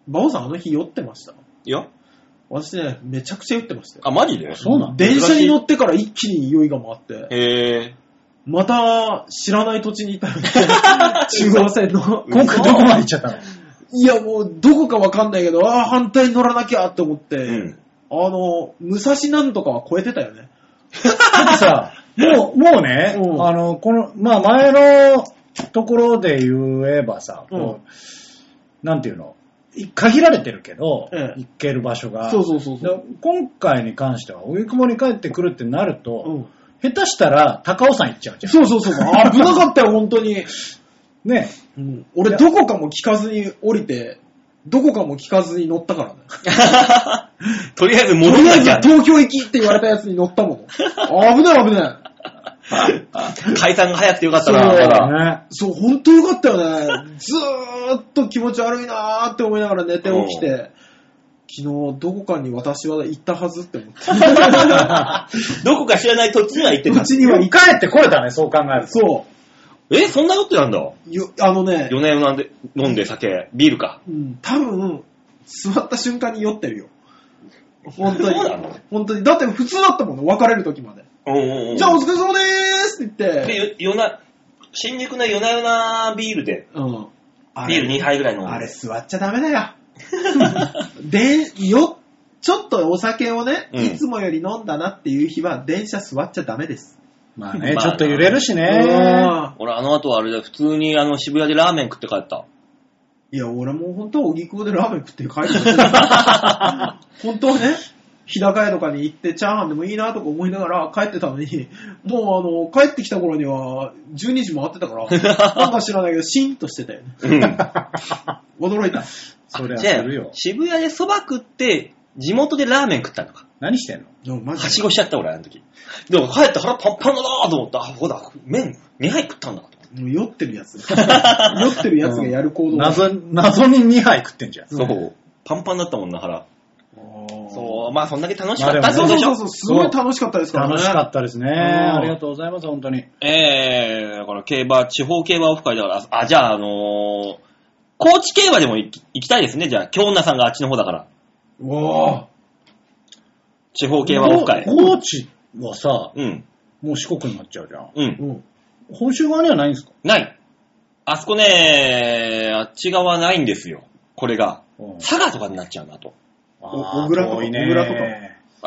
馬王さんあの日酔ってました
いや
私ね、めちゃくちゃ酔ってましたよ。
あ、マジで
そうなの
電車に乗ってから一気に酔いが回って、
へえ。
また知らない土地にいたよね中央線の。
今回どこまで行っちゃったの
いや、もう、どこかわかんないけど、ああ、反対に乗らなきゃって思って、
うん。
あの、武蔵なんとかは超えてたよね。
だってさ、もう、もうね、
うん
あの、この、まあ前のところで言えばさ、こうなんていうの、い限られてるけど、
ええ
行ける場所が。
そうそうそうそう。
で今回に関しては、おゆくもに帰ってくるってなる
う
と、
ん、
下手したら高尾山行っちゃうじゃ
そうそうそう。 危なかったよ、本当に。
ん。ね。
俺、どこかも聞かずに降りて、どこかも聞かずに乗ったからね。
とりあえず
と
戻ん
りあえ
な
ず
きゃ。
東京行きって言われたやつに乗ったもの。危ない危ない。
解散が早くてよかった
そう
な、まだ。
ね。
そう、ほんとよかったよね。ずーっと気持ち悪いなーって思いながら寝て起きて、昨日どこかに私は行ったはずって思って。
どこか知らない土地には行って
う
た。
ちに
で
は
も
行
帰ってこれたね、そう考えると。
そ
え、そんなことなんだ。
う。よあのね、
夜な夜なんで飲んで酒、ビールか。
うん多分、座った瞬間に酔ってるよ。本当に
そうなの。
本当に。だって普通だったもの、別れる時まで。
うんうんうん
じゃあお疲れ様でーすって言って。
で、よ夜な、新宿の夜な夜なビールで、
うん。あ
ビー
れ
ル2杯ぐらい飲んで。
あれ座っちゃダメだよ。 で、よ、ちょっとお酒をね、
うん
いつもより飲んだなっていう日は、電車座っちゃダメです。
まあね、
まあ
ちょっと揺れるしね。
うん
俺あの後はあれだよ、普通にあの渋谷でラーメン食って帰った。
いや、俺もう本当は荻窪でラーメン食って帰ってた。本当はね、日高屋とかに行ってチャーハンでもいいなとか思いながら帰ってたのに、もうあの、帰ってきた頃には12時回ってたから、なんか知らないけど、シンとしてたよ ね。
うん。
驚いた。
そりゃ
じゃあ
するよ、。
渋谷で蕎麦食って、地元でラーメン食ったのか。
何してんの
でもマジで
はし ごしちゃった俺、あの時。でも帰って腹パンパンだなと思った。あ、ほら、麺2杯食ったんだと思って。
もう酔ってるやつ。酔ってるやつがやる行動。
謎謎に2杯食ってんじゃん。
うん
そう。パンパンだったもんな、腹。
そ
そう、まあそんだけ楽しかっ
ま
た
あ
ってこ
でも
とで
う
ね
し
そ
ょ
う。そう、すごい楽しかったですからね。
楽しかったです
ん
ね。ありがとうございます、本当に。
ええだから競馬、地方競馬オフ会だから、あ、じゃあ、あのー高知競馬でも行き行きたいですね、じゃあ。京女さんがあっちの方だから。
うわ
地方競馬オフ会。
高知はさ、
うん、
もう四国になっちゃうじゃん。
うん
ぁ。。うん。
本州側にはないんですか
ない。あそこね、あっち側ないんですよ。これが。
うん
佐賀とかになっちゃうなと。
お小倉とか
遠いね
小倉と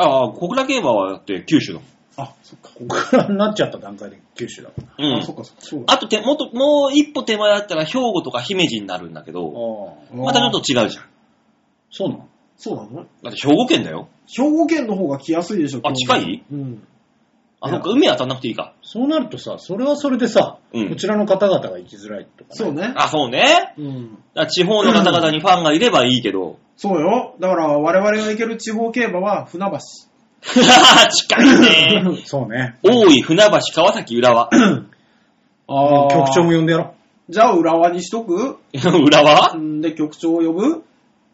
ああ、小倉競馬はだって九州だも
あ、そっか。
小倉になっちゃった段階で九州だから。
ん。う
あそ
ん
っ。かそっか。そうだ。
あとて、もっと、もう一歩手前だったら兵庫とか姫路になるんだけど、またちょっと違うじゃん。
そうなの
そうなの
だって兵庫県だよ。
兵庫県の方が来やすいでしょ。
あ近い
うん。
あ、そっか、海当たんなくていいか。
そうなるとさ、それはそれでさ、
うん
こちらの方々が行きづらいとか、
そう。ね。
あ、そうね。
うん。
だから地方の方々にファンがいればいいけ ど、
そうよ。だから我々が行ける地方競馬は船橋。
近いね。
そうね。
大井、船橋、川崎、浦 和。
あ
局長も呼んでやろ
じゃあ浦和にしとく
浦
う
和
んで局長を呼ぶ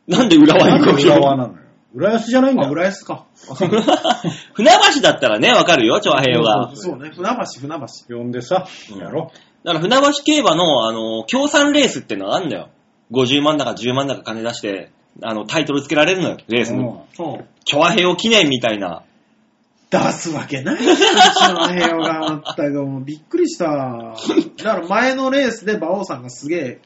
なんで浦
う。
和
なん
行
で
く
浦和
の
なのよ。浦安じゃないんだ
あ、
よ。
浦安か。
船橋だったらね、わかるよ、長平洋が。
そうね。船橋、船橋。
呼んでさ、
うん
やろ
だから船橋競馬の、あの、協賛レースってのがあるんだよ。50万だか10万だか金出して、あの、タイトルつけられるのよ、レー
う。
ス
う
に。
ん
そう。
長平洋記念みたいな。
出すわけない。うちの部屋があったけど、もうびっくりした。だから前のレースで馬王さんがすげえ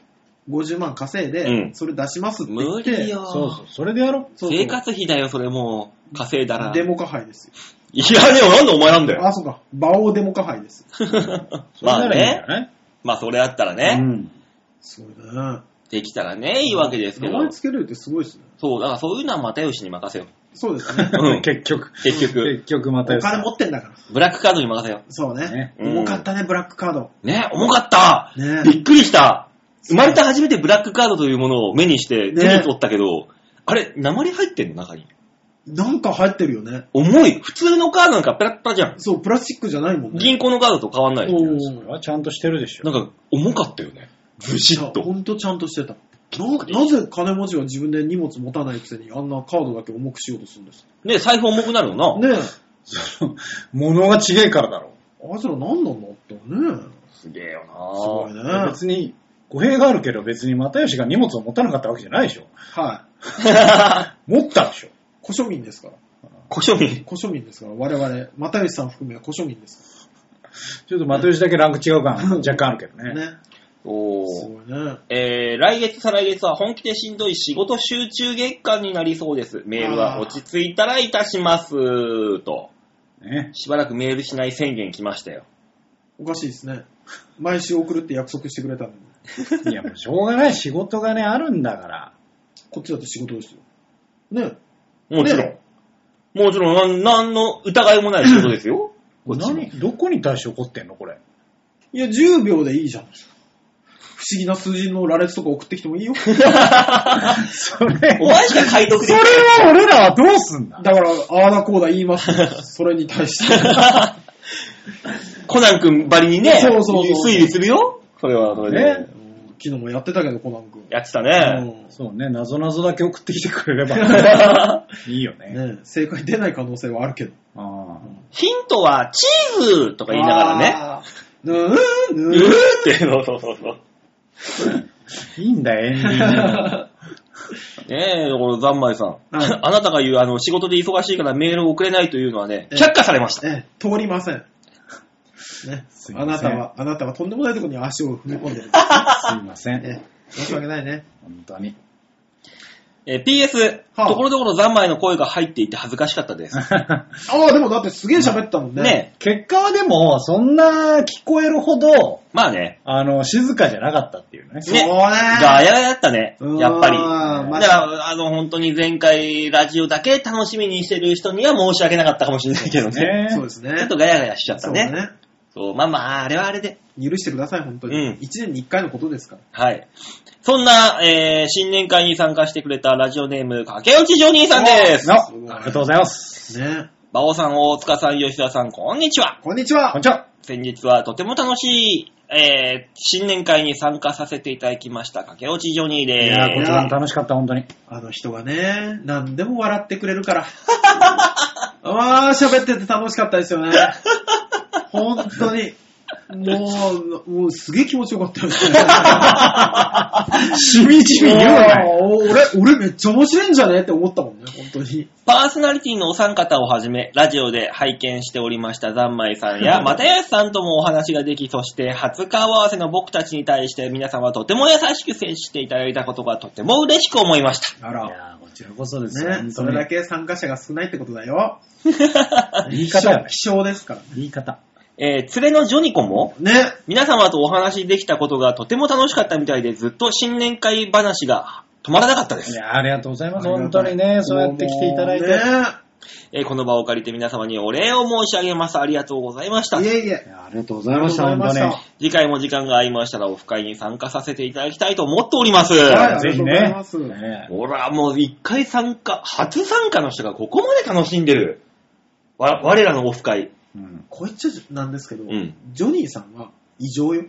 50万稼いで、
うん
それ出しますって言
無
って、
理よ。
そうそう、それでやろ
そうそう
生活費だよ、それもう。稼いだら。
デモ化杯ですよ。
いやねえよ、なんでお前なんだよ。
あ、そうか。馬王デモ化杯です。
う。それならいいんじゃない
まあ、それあったらね、
うん
そうだね。
できたらね、いいわけですけ
名
ど
前。つけれるってすごいですね。
そう、だからそういうのは又吉に任せよう。
そうですね。
うん
結局。
結局、
結局ま
お
たよ
金持ってんだから。
ブラックカードに任せよ
そうね。
ね
うん
重かったね、ブラックカード。
う。ね、重かった、
ね
びっくりした生まれて初めてブラックカードというものを目にして手に取ったけど、あれ、鉛入ってんの中に。
なんか入ってるよね。
重い。普通のカードなんかペラッパじゃん。
そう、プラスチックじゃないもんね。
銀行のカードと変わんない。
お
それはちゃんとしてるでし
な
ょ。
んか、重かったよね。ずしっ
ほ
と。
んとちゃんとしてた。ななぜ金持ちは自分で荷物持たないくせにあんなカードだけ重くしようとするんです
ね、財布重くなるよな。
かねえ、
物が違えからだろ。
あいつら何なんだってね。
すげえよな
すごいね。
別に、語弊があるけど別に又吉が荷物を持たなかったわけじゃないでしょ。
はい。
持ったでしょ。
古庶民ですから。
小庶民。
古庶民ですから。我々、又吉さん含め古庶民です
ちょっと又吉だけランク違う感若干あるけど
から
ね。
ね。
お
すごいね。
えー、来月、再来月は本気でしんどい仕事集中月間になりそうです。メールは落ち着いたらいたします。と。
ね
しばらくメールしない宣言来ましたよ。
おかしいですね。毎週送るって約束してくれたのに。
いや、もうしょうがない仕事がね、あるんだから。
こっちだって仕事ですよ。ね
もちろん
ね。
もちろん、なん何の疑いもない仕事です よ。こっちも
何どこに対して怒ってんのこれ。
いや、10秒でいいじゃん。不議な数字の羅列とか送ってきてもいいよ。
それ
お、前しか解読でき
それ
ない。
は俺らはどうすんだ
だから、 ああだこうだ言いますよ。それに 対して。
コナン君ばりにね、
そうそうそう
推理するよ。それは、それで。
ね
昨日もやってたけど、コナン君。
やってたね。
う
そうね、謎謎だけ送ってきてくれれ ばいいよね。
んね正解出ない可能性はあるけど。
あ
ヒントは、チーズとか言いながらね。
あー。うーん、
う
う
ー
ー
っ
ん。
て、そうそうそうそう。
ーいいんだよ、エンディン グは。
ねえ、だから、ざんまいさん。
はい
あなたが言う、あの、仕事で忙しいからメールを送れないというのはね、
ええ
却下されました。
ええ通りません。ね
すい、ま
あ
せん
なたは、あなたはとんでもないところに足を踏み込んで る。
すいません。
ね、申し訳ないね。
本当に。
えー PS、
はあ
ところどころざんまいの声が入っていて恥ずかしかったです。
ああ、でもだってすげえ喋ったもんね。
ねえ、
結果はでも、そんな聞こえるほど、
まあね、
あの、静かじゃなかったっていうね。
そうね。
があやがやだったね、やっぱり。
う
だ
ーんま
か
あ、
ら、あの、本当に前回、ラジオだけ楽しみにしてる人には申し訳なかったかもしれないけどね。
ね
そうですね。
ちょっとガヤガヤしちゃったね。
そうね。
そう、まあまあ、あれはあれで。
許してください、本当
うん
に。一年に一回のことですから。
はい。そんな、えー新年会に参加してくれたラジオネーム、駆け落ちジョニーさんです。
なありがとうございます。
ね。
馬王さん、大塚さん、吉田さん、こんにちは。
こんにち
こん
は
に。ちは。
先日はとても楽しい、えー新年会に参加させていただきました、駆け落ちジョニー
い
で
やー、こ
す。
ちらも楽しかった、本当に。
あの人がね、何でも笑ってくれるから。ああ、喋ってて楽しかったですよね。本当に。もう、もうすげえ気持ちよかったよね。
しみじみ言うなよ。
おー俺、俺めっちゃ面白いんじゃねって思ったもんね、本当に。
パーソナリティのお三方をはじめ、ラジオで拝見しておりました、ざんまいさん や、またやしさんともお話ができ、そして、初顔合わせの僕たちに対して、皆様とても優しく接していただいたことがとても嬉しく思いました。
あ
い
ら。
やー、こちらこそですよ。
ね、それだけ参加者が少ないってことだよ。
言い方やね
希少希少ですから。
言い方。
えー連れのジョニコも、
ね。
皆様とお話できたことがとても楽しかったみたいで、ずっと新年会話が止まらなかったで
い
す。
やー、ありがとうございます。本当にね、そうやって来ていただいて。
ね
えーこの場を借りて皆様にお礼を申し上げます。ありがとうございました
い。えいえ
い。やーありがとうございました、本当に。
あ
次回も時間が合いましたら、オフ会に参加させていただきたいと思っております。
はい
ぜひ
ありがとう
ね
ございます。
ね
ほら、もう一回参加、初参加の人がここまで楽しんでる。わ、我らのオフ会。
うん
こいつなんですけど、
うん
ジョニーさんは異 常よ。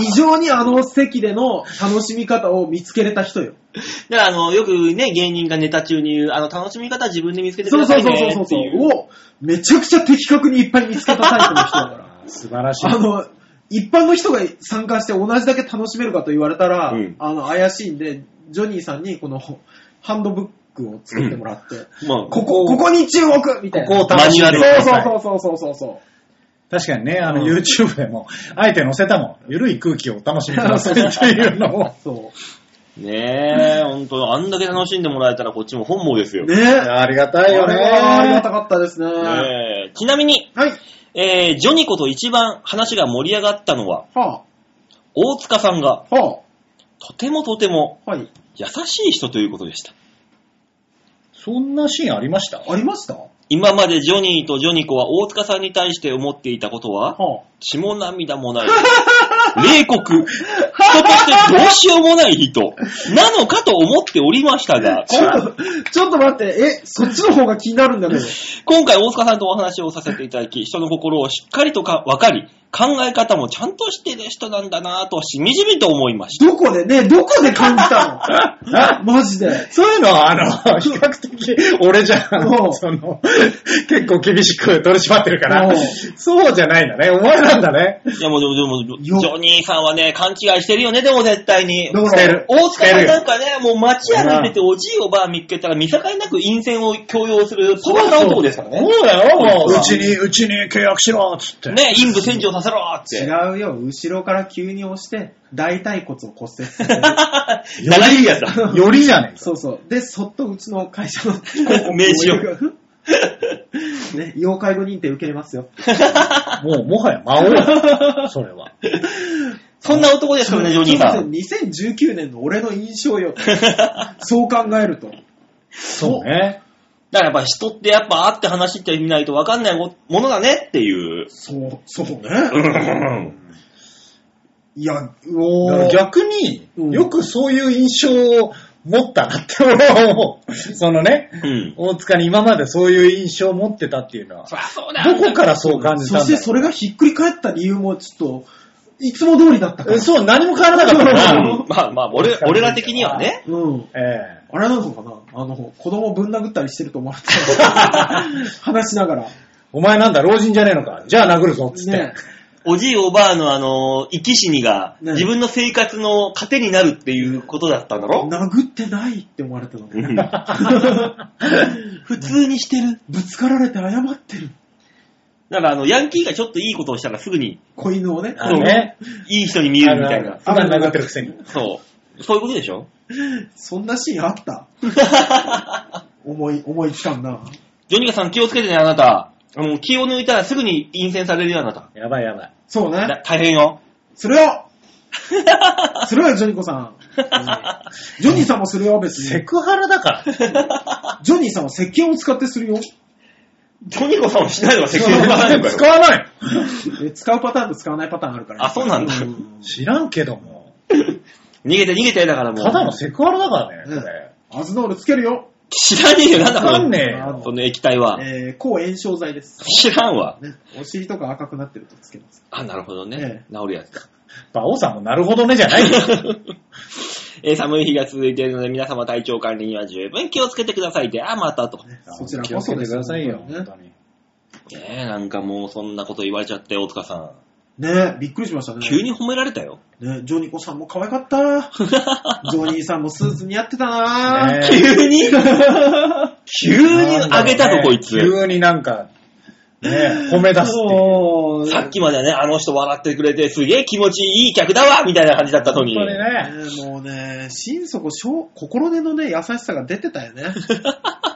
異常にあの席での楽しみ方を見つけれた人よ。
だから、あの、よくね、芸人がネタ中に言う、あの、楽しみ方は自分で見つけてく
そう
だ
そ
さ
う
い
そ
ね
う
っていう。
そうそう。を、めちゃくちゃ的確にいっぱい見つけたタイプの人だから。
あー素晴らしい。
あの、一般の人が参加して同じだけ楽しめるかと言われたら、
うん
あの、怪しいんで、ジョニーさんにこのハンドブックを作ってもらって、
まあ、
ここ、ここに注目みたいな。
ここを
楽しんでくだ
さい
そうそうそうそうそうそう。
確かにね、あ
う
の、
ん
YouTube でも、あえて載せたもん。ゆるい空気をお楽しみく ださいっていうのを。
そ
ねえ、ほんと、あんだけ楽しんでもらえたらこっちも本望ですよ。
う。
ね
ねえ。
ありがたいよね。
ありがたかったですね。はい。
えちなみに、えージョニコと一番話が盛り上がったのは、
は
大塚さんが、
あ、は
とてもとても
あ、はい。
優しい人ということでした。
そんなシーンありました
ありましたは
今までジョニーとジョニコは大塚さんに対して思っていたことは、
あ。
血も涙も ない。冷酷。人としてどうしようもない人。なのかと思っておりました が、
ちょっと、ちょっと待って、え、そっちの方が気になるんだけど。
今回大塚さんとお話をさせていただき、人の心をしっかりとか分かり、考え方もちゃんとしてる人なんだなぁとしみじみと思いま した。
どこでね、どこで感じた のマジで。
そういうのは、あ の、比較的、俺じゃ
うん
ん、その、結構厳しく取り締まってるか
う
ら
ん、
そうじゃないんだね。お前なんだね。
いやもうでもでも、ジ
よ
ョニーさんはね、勘違いしてるよね、でも絶対 に。
だか
捨て
ら、。
る
大塚さんな
捨
んかね、もう街歩いてておじいおばあ見っけたら見境なく陰線を強要する、そんな男です からね。
そうだよ、もう。
そう
うちに、うちに契約しろ、つって。
ね、陰部洗浄させろーって。
違うよ、後ろから急に押して、大腿骨を骨折させる。
長いやつだ。
よりじゃね えか。
そうそう。で、そっとうちの会社の
名刺を。
ね、要介護認定受けれますよ。
もう、もはや魔王だ。それは。
そんな男ですからね、ジョニーさん。
2019年の俺の 印象よ。そう考えると。
そうね。
だからやっぱ人ってやっぱ会って話してみないと分かん ないものだねっていう。
そう、そうね。
うん
いや、お
だから
ー。
逆に
うん、
よくそういう印象を持ったなって俺は思 う。そのね、
うん。
大塚に今までそういう印象を持ってたっていうのは、
そりゃそうだ
どこからそう感じた
そ
んだ
してそれがひっくり返った理由もちょっと、いつも通りだったか
え
ら。
そう、何も変わらなかった
う
か
んまあまあ、俺、俺ら的にはね。
うん。
ら。え
あれなのかなあの、子供ぶん殴ったりしてると思われて た。話しながら。
えお前なんだ、老人じゃねえのか。じゃあ殴るぞ、つって。
ね
おじいおばあのあの、生き死にが、
ね
自分の生活の糧になるっていうことだったんだろ
殴ってないって思われてたの。
うん 普通にしてる。
ぶつかられて謝ってる。
だからあの、ヤンキーがちょっといいことをしたらすぐに、
子犬をね。
あのね。
いい人に見えるみたい
あ
な
る。ある普段殴ってるくせに。
そう。そういうことでしょ
そんなシーンあった思い、思いつかんな。
ジョニカさん気をつけてね、あなた。あの、気を抜いたらすぐに陰線されるよ、あなた。
やばいやばい。
そうね。
だ大変よ。
するよするよ、ジョニコさん。ジョニーさんもするよ、別
セ
に。
クハラ だから。
ジョニーさんは石鹸を使ってするよ。
ジョニコさんはしないのが責任がないのか
使
よ。
わない
え使うパターンと使わないパターンあるから、
あそうなんだ
知らんけども。
逃げて逃げて、だからもう。
ただのセクハラだからね、
うん
これ。
アズノールつけるよ。
知らねえよ、なんだ
わ
こ
かん
れ。
ねえよ。
その液体は。
えー、抗炎症剤です。
知らんわ。
ね、お尻とか赤くなってるとつけます。
あ、なるほどね。治るやつだ。
馬王さんもなるほどねじゃないよ。
えー寒い日が続いているので、皆様体調管理には十分気をつけてください。では、またと。
ねそちら
気
こ
をつ
そ
け
で
て
す
くださいよ、
ね
本当に。
ねえ、なんかもうそんなこと言われちゃって、大塚さん。
ねびっくりしましたね。
急に褒められたよ。
ねジョニコさんも可愛か った。ジョニーさんもスーツ似合ってたな、
ねえ
急に急に上げた
と
ぞ、こいつ。
急になんか、ね、褒め出すっていう。
そう
さっきまでね、あの人笑ってくれて、すげえ気持ちいい客だわみたいな感じだったのに。
本当にね。
ねもうね、心底、小心根のね、優しさが出てたよ ね。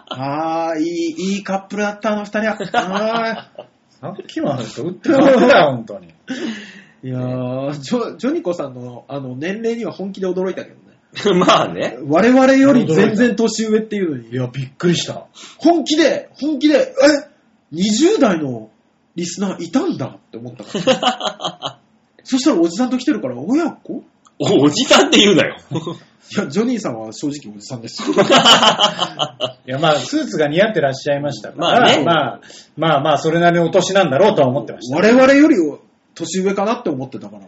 ああ、いい、いいカップルだった、あの二人 は。あー
さっきまでと打って変わってたよ、本当に。
いやージョ、ジョニコさんの、あの、年齢には本気で驚いたけど ね。
まあね。
我々より全然年上っていうのに、
や、びっくりした。
本気で、本気で、え ?20 代のリスナーいたんだって思ったから、 そしたらおじさんと来てるから、親子
おおじさんって言うなよ。
いや、ジョニーさんは正直おじさんですよ。
いや、まあ、スーツが似合ってらっしゃいましたか
まあ
ら、
ね
まあ、まあまあ、それなりのお年なんだろうとは思ってました。
我々より年上かなって思ってたから。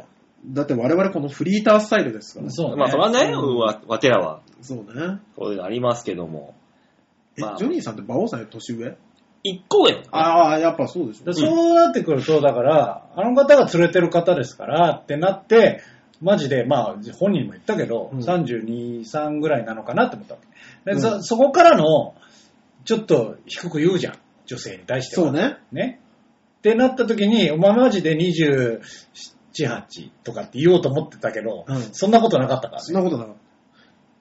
だって我々このフリータースタイルですから。
そうね。
まあそれはね、
うん
わ、わてらは、
そうね。
そういうのありますけども。
え、
まあ
ジョニーさんって馬王さんより年上
一個へ。
ああ、やっぱそうでしょ
で。そうなってくると、だから、あの方が連れてる方ですからってなって、マジで、まあ、本人も言ったけど、
うん
32、3ぐらいなのかなって思ったわけ。
う
で、
ん
そそこからの、ちょっと低く言うじゃん、女性に対しては。
そう。ね。
ね。ってなった時に、お前マジで27、8とかって言おうと思ってたけど、
うん
そんなことなかったから
そん
ね。
なことなかった。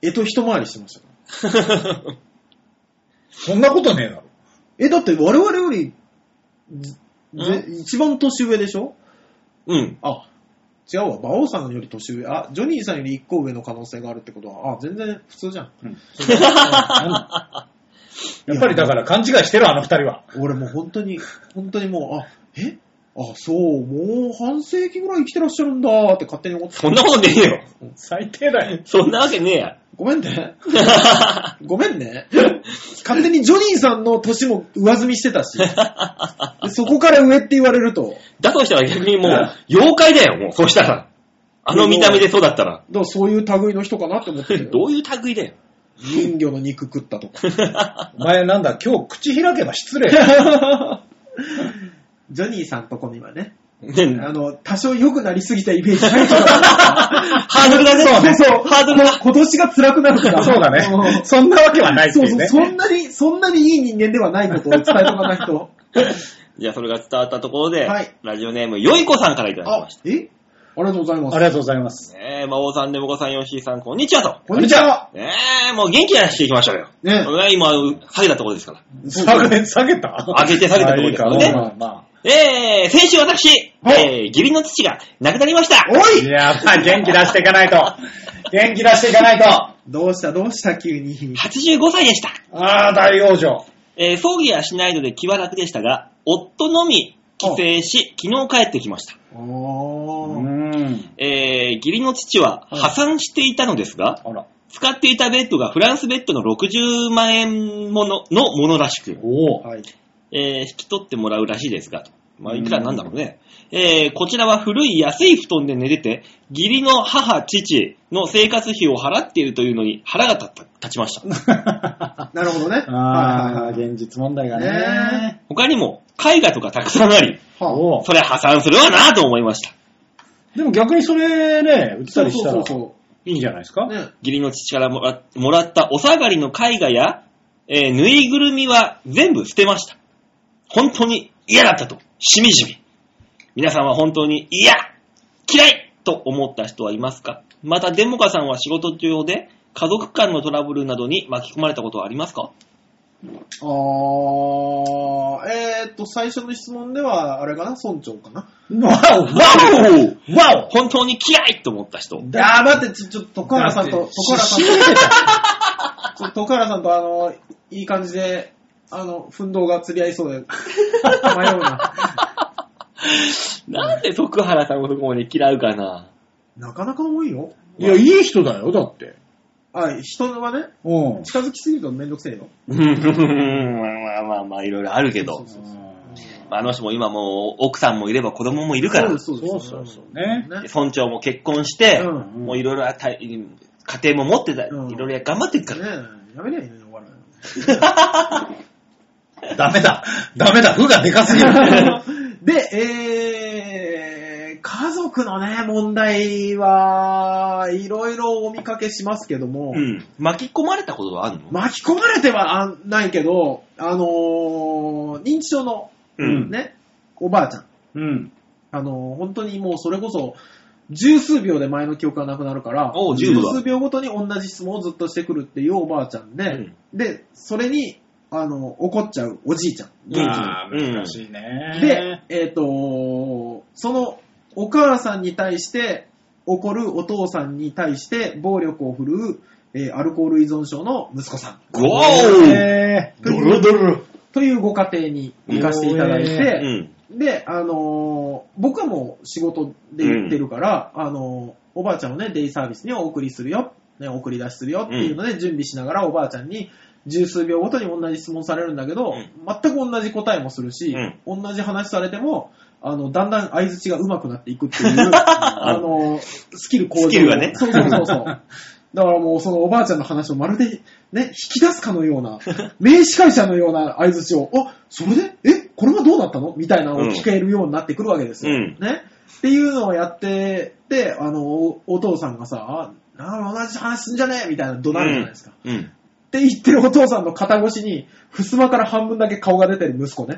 えと一回りしてましたから。
そんなことねえだろ。
え、だって我々より、ぜ一番年上でしょ
うん。
あ、違うわ。馬王さんより年上。あ、ジョニーさんより一個上の可能性があるってことは、あ、全然普通じゃん。
やっぱりだから勘違いしてる、あの二人は。
俺もう本当に、本当にもう、あ、えあ、そう、もう半世紀ぐらい生きてらっしゃるんだって勝手に思って
そんなことねえよ。
最低だよ。
そんなわけねえや。
ごめ んね。ごめんね。勝手にジョニーさんの年も上積みし てたし、でそこから上って言われると、
だとしたら逆にもう、妖怪だよ、もう。そうしたら。あの見た目でそうだったら。
だからそういう類の人かなって思ってる
どういう類 だよ。
人魚の肉食ったとか。
お前なんだ、今日口開けば失礼。
ジョニーさんとこにはね、
ね
あの、多少良くなりすぎたイメージないから、
ハードルがね。
そうそう
ハードルが。
今年が辛くなるから。
そうだ
うん
ね。そんなわけはないって
そう
いう
そう、
ね。
そんなに、そんなにいい人間ではないことを伝えとかないと。
じゃあそれが伝わったところで、
はい
ラジオネーム、よいこさんからいただき
あ
まし、
えありがとうございま
あ
す。
りがとうございます。
た。ねえ、魔王さん、デモコさん、ヨッシーさん、こんにちはと。
こんにちは。
ねえ、もう元気なしていきましょうよ。
ね
ね今、下げたところですから。
そう
下げ、下げた
上げて下げたとこですからね
あいいかまあま
えー、先週私、
はい
えー、義理の父が亡くなりました。
おい
あやっぱ元気出していかないと。元気出していかないと。あ
どうしたどうした急に。
85歳でした。
あ、大往生。
えー、葬儀はしないので気は楽でしたが、夫のみ、帰省し、昨日帰ってきました。
あー。
ん。
えー、義理の父は破産していたのですが、
あら。
使っていたベッドがフランスベッドの60万円もののものらしく、
おお。
はい。
えー引き取ってもらうらしいですが、と。まあ、いくらなんだろうね。えーこちらは古い安い布団で寝てて、義理の母、父の生活費を払っているというのに腹が立った立ちま した。
なるほどね。
ああ、
はいはいはい
現実問題がね
ね。
他にも、絵画とかたくさんあり、
は
おう
それ破産するわなと思いました。
でも逆にそれね、売
あ。
った
そう
りした
そ
ら
う
い
そ
いんじゃないですか
う。ね。
義理の父からもらもらったお下がりの絵画や、えーぬいぐるみは全部捨てました。本当に嫌だったと、しみじみ。皆さんは本当に嫌嫌いと思った人はいますかまた、デモカさんは仕事中で家族間のトラブルなどに巻き込まれたことはありますか
あー、えーっと、最初の質問では、あれかな村長かな。
わおわおわ
本当に嫌いと思った人。
いやー、待って、ちょ、ちょ、徳原さん
だ
と
って、
徳原さん
ししびれて
と、ちょ徳原さんと、あの、いい感じで、あの、奮闘が釣り合いそうで、迷うな。
なんで徳原さんをそこまで嫌うかな
なかなか多いよ。
いや、いい人だよ、だって。
あ、人はね、
うん。
近づきすぎるとめんどくせえよ。
うん、まあまあまあまあ、いろいろあるけ
そ
ど
う。そうそう
あの人も今もう奥さんもいれば子供もいるから。
そう
そ
そうう
そうそうう
ね。
ね。
村長も結婚して、
うん
もういろいろあたい家庭も持ってた、い
うん
ろいろ頑張ってるから。
ねえ、やめりゃいいのに、お笑い。
ダメだ。ダメだ。負がでかすぎる。
で、えー、家族のね、問題は、いろいろお見かけしますけども、
うん巻き込まれたことはあるの、
巻き込まれてはあんないけど、あのー認知症の、
うん
ね、おばあちゃん。
うん。
あのー本当にもうそれこそ、十数秒で前の記憶がなくなるから
おう、十
十
分だ
数秒ごとに同じ質問をずっとしてくるっていうおばあちゃんで、
うん
で、それに、あの、怒っちゃうおじいちゃん。
うん
ああ、難しいね。
で、、えっ、とそのお母さんに対して怒るお父さんに対して暴力を振るう、えーアルコール依存症の息子さん
ゴー
え
ドロ
ドロ、
というご家庭に行かせていただい
うん
て、で、あのー僕はもう仕事で行ってるから、あのーおばあちゃんをね、デイサービスにお送りするよ、ね、送り出しするよっていうので準備しながらおばあちゃんに十数秒ごとに同じ質問されるんだけど、
うん
全く同じ答えもするし、同じ話されても、あの、だんだん相槌が上手くなっていくっ ていう、あの、スキル向上。
スキルがね
そうそうそうそう。だからもうそのおばあちゃんの話をまるでね、引き出すかのような、 名司会者のような相槌を、あ、それでえ、これはどうなったのみたいなのを聞けるようになってくるわけですよ。
うん
ね。っていうのをやってて、あの、おお父さんがさ、あなんか同じ話すんじゃねえみたいな怒鳴るじゃないですか。
うん。
って言ってるお父さんの肩越しに、襖から半分だけ顔が出てる息 子ね。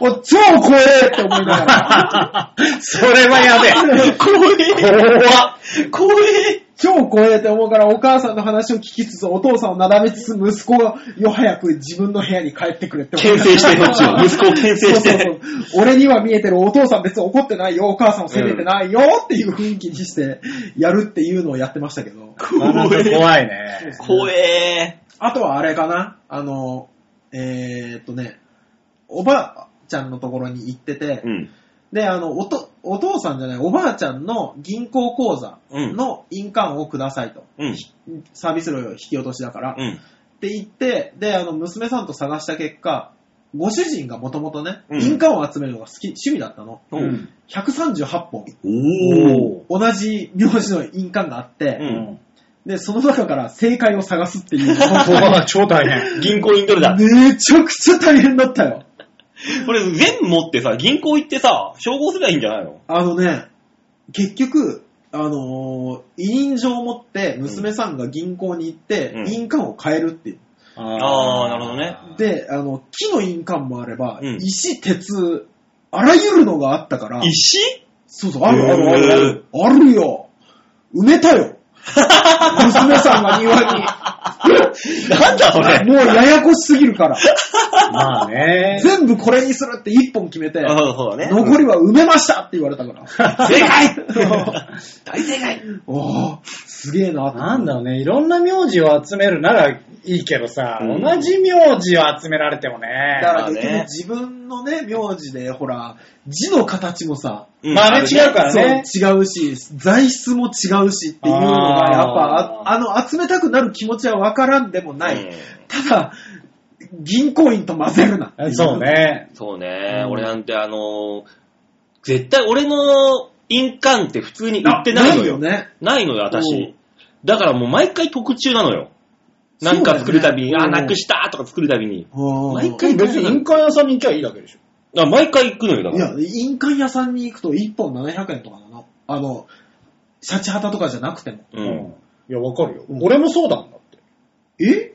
もう超怖えって思いながら、
それはやべえ。
怖え怖怖え
超怖えって思うからお母さんの話を聞きつつ、お父さんをなだめつつ息子がよ早く自分の部屋に帰ってくれって思い
牽
ながら
制してこっちを。息子を 牽制して。
そうそうそう俺には見えてるお父さん別に怒ってないよ、お母さんを責めてないよっていう雰囲気にしてやるっていうのをやってましたけど。
なかなか怖いね。
怖え
あとはあれかなあの、えー、っとね、おばあちゃんのところに行ってて、
うん。
で、あの、おと、お父さんじゃない、おばあちゃんの銀行口座の印鑑をくださいと。
うん。
サービス料引き落としだから。っ
うん。
て言って、で、あの、娘さんと探した結果、ご主人がもともとね、
うん
印鑑を集めるのが好き、趣味だったの。
う
うんん。
138本。
おー。
同じ名字の印鑑があって、
うん。
で、その中から正解を探すって いう。
ここは超大変。
銀行に取れた。
めちゃくちゃ大変だったよ。
これ全部持ってさ、銀行行ってさ、照合すればいいんじゃないの
あのね、結局、あのー委任状を持って、娘さんが銀行に行って、
うん
印鑑を変えるっていう。
あーなるほどね
で、あの、木の印鑑もあれば、
うん
石、鉄、あらゆるのがあったから、
石
そうそう、あるあるあるある。あるよ。埋め たよ。娘さんが庭に。
なんだそれ
もうややこしすぎるから。
まあね。
全部これにするって一本決めて、
あそうだね。
残 りは埋めましたって言われたから。
正解大正解
おー、すげえなって
なんだろうね、いろんな名字を集めるならいいけどさ、
うん
同じ名字を集められてもね。
だか
ま
ら
あね
結局自分のね、名字で、ほら、字の形もさ、
うん
まああれ違うからね。
そう違うし、材質も違うしっていうのが、やっぱあ、
あ
あの、集めたくなる気持ちはわからんでもない。
うん
ただ、銀行員と混ぜるなってい
そう。ね。
そうね、
うん
俺なんてあのー絶対俺の印鑑って普通に売ってないのよ。
ないよね。
ないのよ、
うん
私。だからもう毎回特注なのよ。なんか作るたびに、
そうだ
あ、
よね
なくしたとか作るたびに。毎
毎
回
別に印鑑屋さんに行きゃいいだけでしょ。
あ毎回行くのよ、だか
いや
ら。、
印鑑屋さんに行くと1本700円とかなの。あの、シャチハタとかじゃなくても。
う。。
うんいや、わかるよ。
うん
俺もそうだもんだって。
え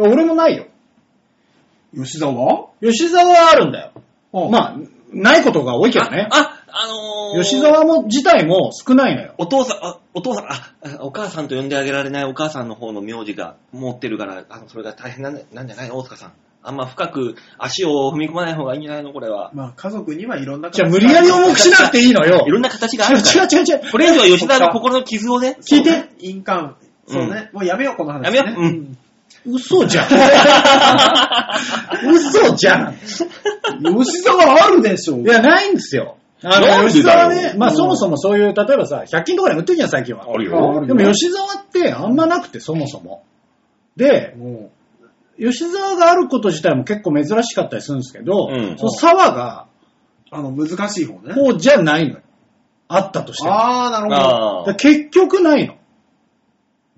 いや、俺もないよ。
吉沢は
吉沢はあるんだよ。
あ
まあ、ないことが多いけどね。
あ、あのー、
吉沢も自体も少ないのよ。
お父さん、あお父さん、あ、あお母さんと呼んであげられないお母さんの方の名字が持ってるから、あの、それが大変なんだなんじゃないの大塚さん。あんま深く足を踏み込まない方がいいんじゃないのこれは。
まあ、家族にはいろんな
じゃあ無理やり重くしなくていいのよ。
いろんな形があ
違う
るから。
違う違う違う。
これ以上吉田の心の傷をね、
聞いて
そうね印鑑。そうね。もうやめよう、この話、ね。
やめよううん
嘘じゃん。嘘じゃ
う
ん。
ん吉沢あるでしょ。
いや、ないんですよ。あ
なん
の、
で
吉沢
だ
ね
ろ、う
まあ
うん
そもそもそういう、例えばさ、100均とかで売ってるじゃん、最近は。
ある
よ
でも吉沢ってあんまなくて、そもそも。で、
も
吉沢があること自体も結構珍しかったりするんですけど、
うん
その沢が、
う、あの、難しい方ね。
こうじゃないのよ。あったとしても。
ああ、なるほど。
あ
で
あ。
結局ないの。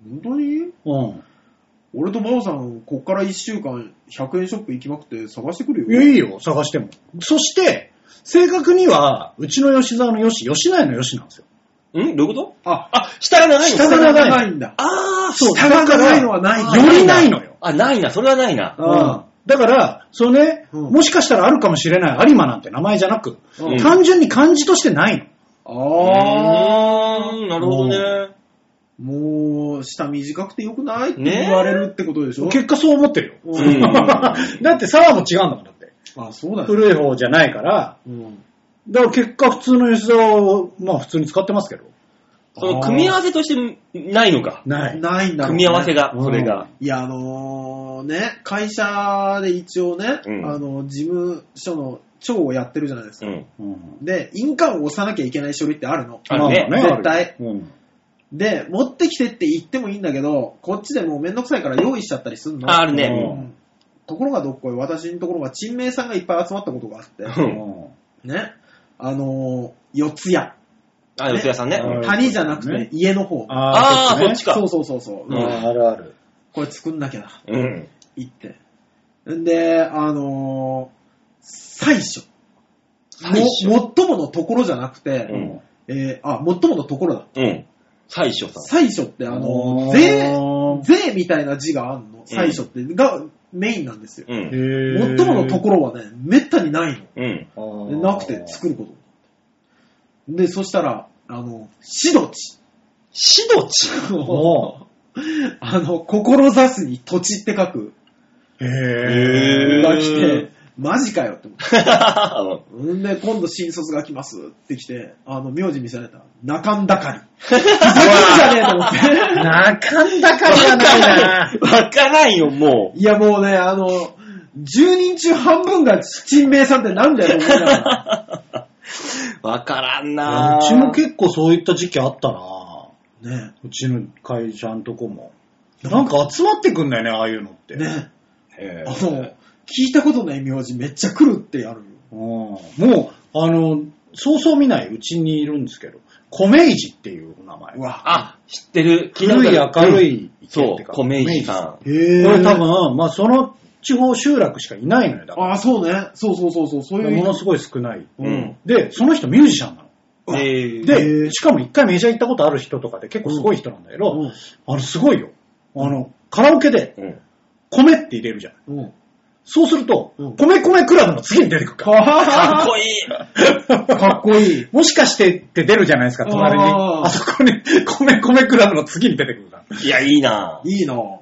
本当に
うん。
俺と真央さん、こっから1週間100円ショップ行きまくって探してくる
いや
よ。
いいよ、探しても。そして、正確には、うちの吉沢の吉、吉内の吉なんですよ。
んどういうこと
あ、
あ、下が長いの
下が長いんだ。
ああ、
そう
下が長いのはない
あー
よりないのよ。
あ、ないな、それはないな。
うん
だから、そのね、
うん
もしかしたらあるかもしれない有馬なんて名前じゃなく、
うん
単純に漢字としてないの。
ああ、
うーんなるほどね。
もう、下短くてよくないって
ねえ
言われるってことでしょ、
結果そう思ってるよ。
う
うん
だって沢も違うんだもん、だって。
あ、そうだよ、
古い方じゃないから、
うん。
だから結果普通の吉沢を、まあ普通に使ってますけど。
その組み合わせとしてないのか。
ない。
ないんだろう
組
ね、
み合わせが、
うん
それが。
いや、あのーね、会社で一応ね、
うん
あの、事務所の長をやってるじゃないです
う
か。
ん。
うん
で、印鑑を押さなきゃいけない書類ってあるの。
あるね
まあ
絶対。
うん
で、持ってきてって言ってもいいんだけど、こっちでもうめんどくさいから用意しちゃったりすんの。
あある
う
ね。
んところがどっこい、私のところが、珍名さんがいっぱい集まったことがあって、
うん。
ね、あのー、四ツ谷。
あ、四谷さんね。
うん
谷じゃなく
ね
て、家の方。
ああ、そっち
か。
か。
そうそうそうそ
う
う、
ん
あるある。
これ作んなきゃな、
うん。
行って。んで、あのー、最初。
最初
も、最ものところじゃなく
う
て、
ん
えー、あ、最ものところだ。
うん。最初さん。
最初って、あのー、税、税みたいな字があんの、最初って、がメインなんですよ。
うん。
へ
最ものところはね、めったにないの。
うん。
ろ
でなくて作ること。で、そしたら、あの、しどち。
しどち。
お
あの、志すに土地って書く。
へ
へー
が来て、マジかよって思って。
うん
んで、今度新卒が来ますって来て、あの、名字見せられた。中んだかり。ふざけんじゃねえと思って。
なかんだかりがないな。
わからんよ、も
いや、もうね、あの、10人中半分が陳明さんってなんだよ、思いながら
う。わからんな
うちも結構そういった時期あったな。
ね
うちの会社のとこも。なんか集まってくんだよね、ああいうのって。
ね
へ
あ
ー
の、聞いたことない名字めっちゃ来るってやるよ。
うんもう、あの、そうそう見ないうちにいるんですけど、米イジっていうお名前
う。わ。
あ、知ってる。
古い明る
い。
い池っ
そ
て
う、
か
米石さ
へ
こ
え。
れ多分、まあその地方集落しかいないのよ、だから。
あ、そうね。そうそうそうそう、そういう意味。
ものすごい少ない。
ん。うん。
で、その人ミュージシャンなの。
えー
で、
ー
しかも一回メジャー行ったことある人とかで結構すごい人なんだけど、
うん
あの、すごいよ。あの、カラオケで
うん。
米って入れるじゃん。
うん。
そうすると、
うん
米米クラブの次に出てく るか
かっ
か
こいい。
ら。
っこいい。
もしかしてって出るじゃないですか、隣に。
あー
あそこに米米クラブの次に出てくるから。
いや、いいない
いなぁ。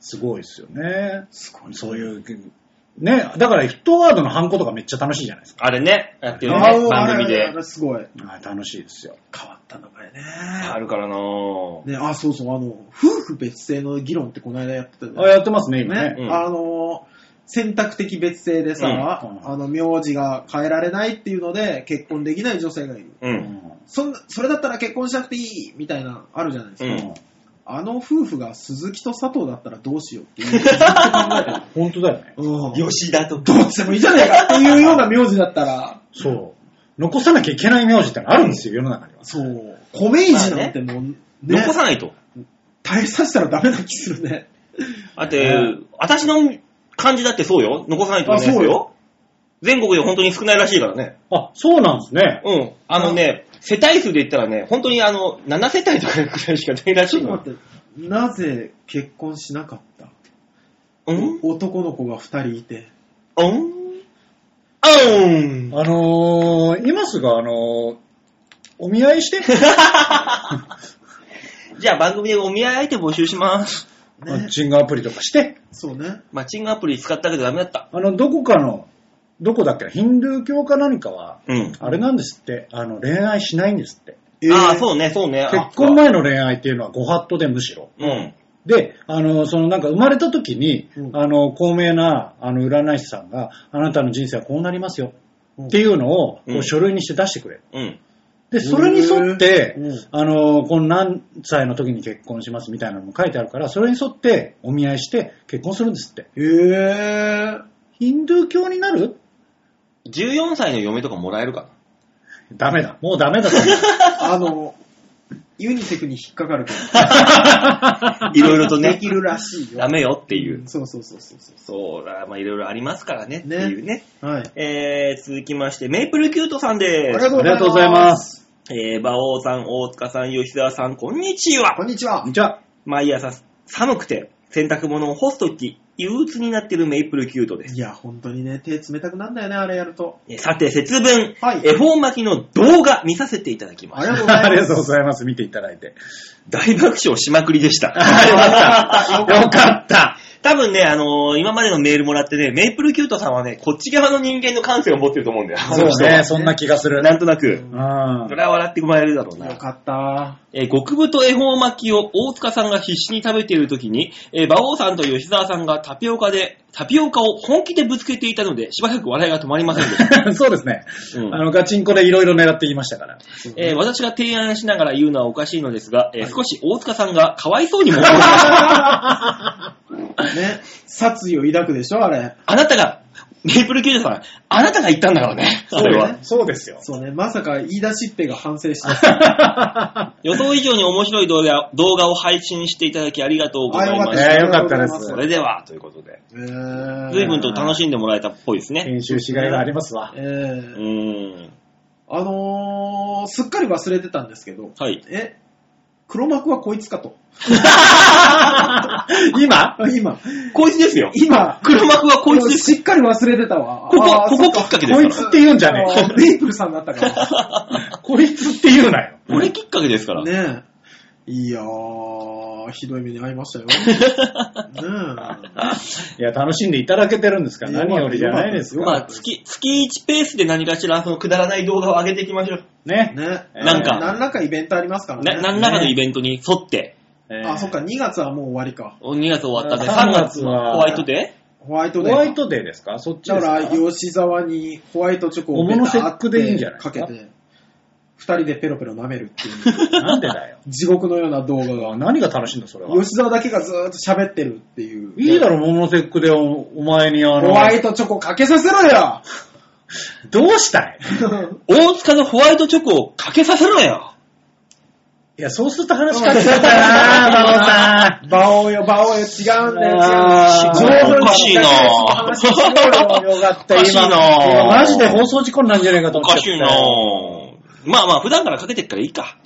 すごいですよね。
す
そういう、ね、だからヒットワードのハンコとかめっちゃ楽しいじゃないですか。
あれね、やってる
あ
ね、番組で。
すごい。
あー楽しいですよ。
変わったったんだ、これね。
あるからなぁ。
ね、あ、そうそう、あの、夫婦別姓の議論ってこの間やってたじゃ
あ、
ない
やってますね、今
ね
ね。
うん
あの、選択的別姓でさ、
うんうん
あの、名字が変えられないっていうので、結婚できない女性がいる。
う。
うんん
そんな、それだったら結婚しなくていいみたいな、あるじゃないですか。
うん
あの夫婦が鈴木と佐藤だったらどうしようっていうのをずっと考えてる
本当だよね。
うん。
吉田と
どっちでもいいじゃねえかっていうような名字だったら、
そう。残さなきゃいけない名字ってのあるんですよ、世の中には。
そう、米石なんてもう、ね、
残さないと。
大変させたらダメな気するね。
だって、私の漢字だってそうよ。残さないとダメです
あそう
よ
よ。
全国で本当に少ないらしいからね。
あ、そうなんですね。
うん。あのね、世帯数で言ったらね、本当にあの、7世帯とかくらいしかないらし
ちょ
い
っと
の。
待って、なぜ結婚しなかった
うん
男の子が二人いて。
うんうん
あのー、今すぐあのー、お見合い して。
じゃあ番組でお見合い相手募集します。
マッ
ね、
チングアプリとかして。
そうね。
マッチングアプリ使ったけどダメだった。
あの、どこかの、どこだっけなヒンドゥー教か何かは、
うん。
あれなんですって、あの、恋愛しないんですって。
えー
ああ、そうね、そうね。あ
結婚前の恋愛っていうのはご法度でむしろ。
うん。
で、あの、そのなんか生まれた時に、
うん
あの、高名な、あの、占い師さんが、あなたの人生はこうなります
う
よ。
ん
っていうのを、こ
うん
う書類にして出してくれ。
うん。
で、それに沿って
へー、
あの、この何歳の時に結婚しますみたいなのも書いてあるから、それに沿ってお見合いして結婚するんですって。
えー、
ヒンドゥー教になる
14歳の嫁とかもらえるか
ダメだ。もうダメだと思う。
あの、ユニセフに引っかかるから。
な。いろいろと
で
ね
き、るらしいよ。。
ダメよっていううん
そうそうそうそうそ
そうだ、まあいろいろありますからねっていうね。
う。はい。
えー、続きまして、メイプルキュートさんで
ありが
す。
とう
ありがとう
ご
ござ
ざ
い
い
ま
ます。
す。
えー、馬王さん、大塚さん、吉沢さん、こんにちは。
こんにちは。
じゃあ、
毎朝寒くて洗濯物を干すとき、憂鬱になってるメイプルキュートです。
いや、本当にね、手冷たくなんだよね、あれやると。
えさて、節分、
はい
恵方巻きの動画見させていただきま
あ
し
り
た。
がとうございます。
ありがとうございます。見ていただいて。
大爆笑しまくりで した。
よかった。よかった。
多分ね、あのー今までのメールもらってね、メイプルキュートさんはね、こっち側の人間の感性を持ってると思うんだよ。
そう
あの人
ね、
は
そんな気がす る。
なんとなく。
うん
それは笑ってもらえるだろうな。
よかった。
えー極太恵方巻きを大塚さんが必死に食べている時に、えー馬王さんと吉沢さんがタピオカで、タピオカを本気でぶつけていたので、しばらく笑いが止まりませんでし
そうですね。
た。うん
あの、ガチンコでいろいろ狙ってきましたから。
えー私が提案しながら言うのはおかしいのですが、えー少し大塚さんがかわいそうにも思いました。
ね、殺意を抱くでしょ、あれ。
あなたが、メイプルキュートさん、あなたが言ったんだからね。 それ
だ
は。
よね
そうですよ。
そうね、まさか言い出しっぺが反省した。
予想以上に面白い動画動画を配信していただきありがとうござい
あよか
ま
っ
した。
た
ねよかったで
ありがとうございます
そ。れでは、ということで。
えー
随分と楽しんでもらえたっぽいですね。
編集しがいがありますわ
え。
う
ー
ーん。
あのー、すっかり忘れてたんですけど、
はい。
え、黒幕はこいつかと。あ
今
今、
こいつですよ。
今、
黒幕はこいつです。
しっかり忘れてたわ。
ここ
あー
ここ
そか
きっかけです
こ
か
い
ら。
つって言うんじゃね
あーメイプルさんだったか
え。こいつって言うなよ。
これきっかけですから。
ら。ねえ。いやー、ひどい目に遭いましたよ。ね
いや、楽しんでいただけてるんですから、
いや
何よりじゃないです
よか
ま
っ
あ、
か。
月、月1ペースで何かしら、そのくだらない動画を上げていきましょう。
え。
ね。
ねえ。
なんか
何らかイベントありますから
な、
ね。
何らかのイベントに沿って、
えー
あ、そっか、。2月はもう終わりか。
2月終わったんで、3
3月
月
は
はホワイトデ
ホワイト
ホ
デーか。
ワイトデーですかそっち
だ
ですか
から、吉沢にホワイトチョコをベターってかけ
桃の節句でい
て、二人でペロペロ舐めるっていう、
なんでだよ。
地獄のような動画が、
何が楽しいんだ、それは。
吉沢だけがずーっと喋ってるっていう。
いいだろ、モノセックでおお前にあ
ホ
の、
ワイトチョコかけさせろ よ
どうしたい
ー大塚のホワイトチョコをかけさせろよ
いや、そうすると話変わっちゃったな、馬王さん。
バオよ、バオよ、違うんだよ、違
あー
うんだよ。
おかしいな
上手に仕掛けて話しろよ
よかっ
おかしいない
やマジで放送事故になんじゃねえかと
お
思っ
か
ち
し
ゃ
い
った
な
よ。
ぁ。まあまあ、普段からかけてっからいいか。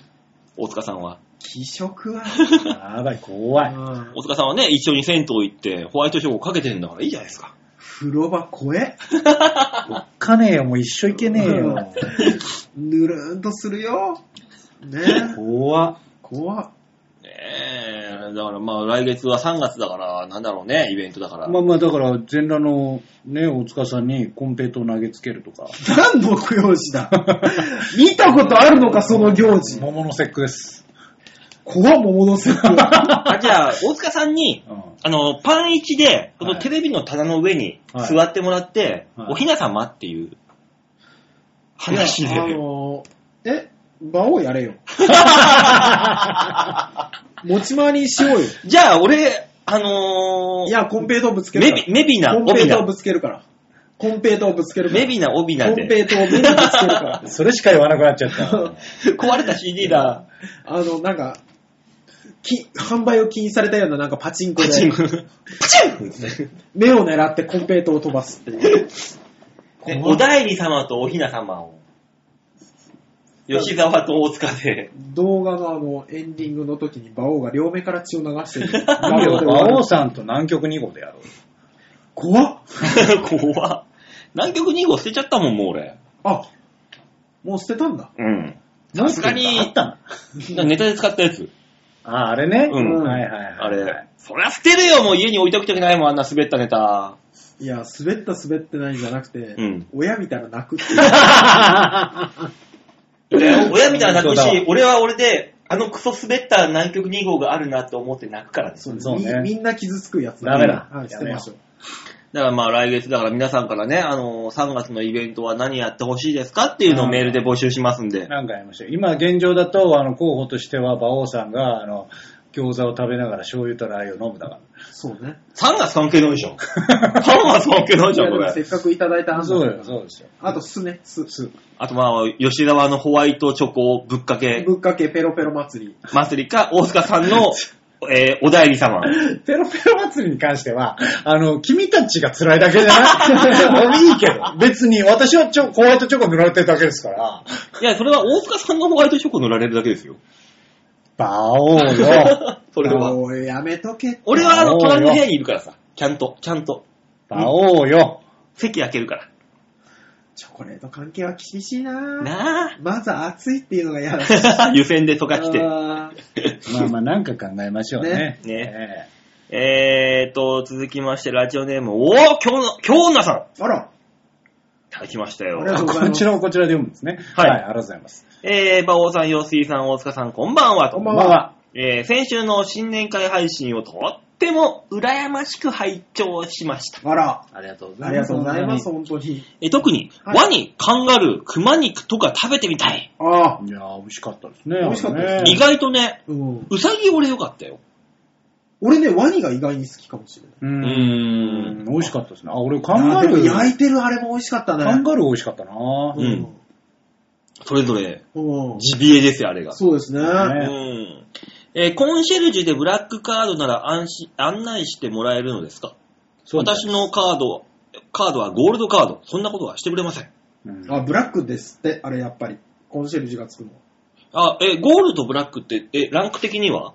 大塚さんは。
気色は。
やばい、怖い。
うん
大塚さんはね、一緒に銭湯行って、ホワイトチョコかけてんだからいいじゃないですか。
風呂場怖え。
おっかねえよ、もう一生いけねえよ。
ぬるーんとするよ。ね
怖っ。
怖っ
ねえね。だからまあ来月は3月だから、なんだろうね、イベントだから。
まあまあ、だから、全裸のね、大塚さんにコンペイトを投げつけるとか。
何の行事 だ見たことあるのか、その行事。
桃の節句です。
怖っ、桃の節句。
あ、 じゃあ、大塚さんに、
うん。
あの、パン一で、こ
は
の
い
テレビの棚の上に
はい
座ってもらって、
はい
おひな様っていう話
いやあ
で。
のーえ、場をやれよ。持ち回りにしようよ。
じゃあ、俺、あの
い
ー、
や、コンペイトをぶつける
メ
から
ビ、。メビナ、オ
コンペ
ビ
イトを
ナ
ぶ。つけるから。コンペイトをぶつけるから。
メビナ、オビナ
コンペ
で。
イトをメビにぶつけるから。
それしか言わなくなっちゃった。
壊れた CD だ。
あの、なんか、き販売を禁止されたようななんかパチンコ
パチン
で
コ。パチンコ
目を狙ってコンペイトを飛ばすっていう。
でおだいり様とおひな様を。吉沢と大塚で。
動画のあの、エンディングの時に馬王が両目から血を流して る。
いいよ
馬王で
馬
終わ
王
る
さんと南極2号でやろう。
怖っ。
怖っ南極2号捨てちゃったもん、もう俺。
あ、もう捨てたんだ。
うん。さすがに
あったの
ネタで使ったやつ。
あ、あれね。
うん
はいはいはい。
あれ。そりゃ捨てるよ、もう家に置いとくときないもん、あんな滑ったネタ。
いや、滑った滑ってないじゃなくて、
うん
親見たら泣くっていう。
で親みたいな泣く
本当だ
し、俺は俺で、あのクソ滑った南極2号があるなと思って泣くからです。
そう
そうね
み。みんな傷つくやつ
ダメだ
はい、捨てましょう。
だからまあ来月、だから皆さんからね、あのー、3月のイベントは何やってほしいですかっていうのをメールで募集しますんで。
なんかやりましたよ。今現状だと、あの、候補としては、馬王さんが、あの、餃子を食べながら醤油とラー油を飲むだか
そうね。
3月関係ないじゃん。3月関係ないじゃん、こ
いやでもせ
れ。
っかくいただいた
ら。
話
そう
だ
だ
か
よ、
ら
そうですよ。
あと、酢ね、酢。酢。
あとまあ、吉沢のホワイトチョコぶっかけ
ぶっかけペロペロ祭り。
祭りか、大塚さんの、えー、おだいり様。
ペロペロ祭りに関しては、あの、君たちが辛いだけじゃない俺いいけど。別に、私はちょホワイトチョコ塗られてるだけですから。
いや、それは大塚さんのホワイトチョコ塗られるだけですよ。
馬王よ。
それは。
おいやめとけ。
俺はあの、
おーよ
隣の部屋にいるからさ。ちゃんと、ちゃんと。
馬王よ。
席開けるから。
チョコレート関係は厳しいなぁ。
な
まず熱いっていうのが 嫌だ。
あ。湯煎で溶かして。
あー
まあまあ、なんか考えましょうね。
ね
ね
えーっと、続きまして、ラジオネーム、おー、京の、京女さん。い
あら、
ただきましたよ
あ。りが
あ
とうござい
こ
ます
ちらをこちらで読むんですね。
はい
ありがとうございます。
えー、馬王さん、陽水さん、大塚さん、こんばんはと。
こん
ま
ば
あ
ん
まあ、
えー、先週の新年会配信をとっても羨ましく拝聴しました。
あら、
ありがとうご
ありがとうございます、本当に。
えー特に、
はい
ワニ、カンガルー、クマ肉とか食べてみたい。
ああ、
いやー、美味しかったですね。
美味しかったです
意外とね、
うん。
ウサギ俺良かったよ。
俺ね、ワニが意外に好きかもしれない。
う
うー
ん。うん
ん。
美味しかったですね。あ、俺カン
あー
ガル
でも
ー、
焼いてるあれも美味しかったね。
カンガルー美味しかったな
う
ぁ。
んそれぞれ、
うん。うん。
ジビエですよ、あれが。
そうですね。
ね
うんえーコンシェルジュでブラックカードなら安心案内してもらえるのですか
そうね
私のカード、カードはゴールドカード。そんなことはしてくれません。
うん
あ、ブラックですって、あれやっぱり。コンシェルジュがつくの。い
あ、えーゴールドブラックって、えーランク的には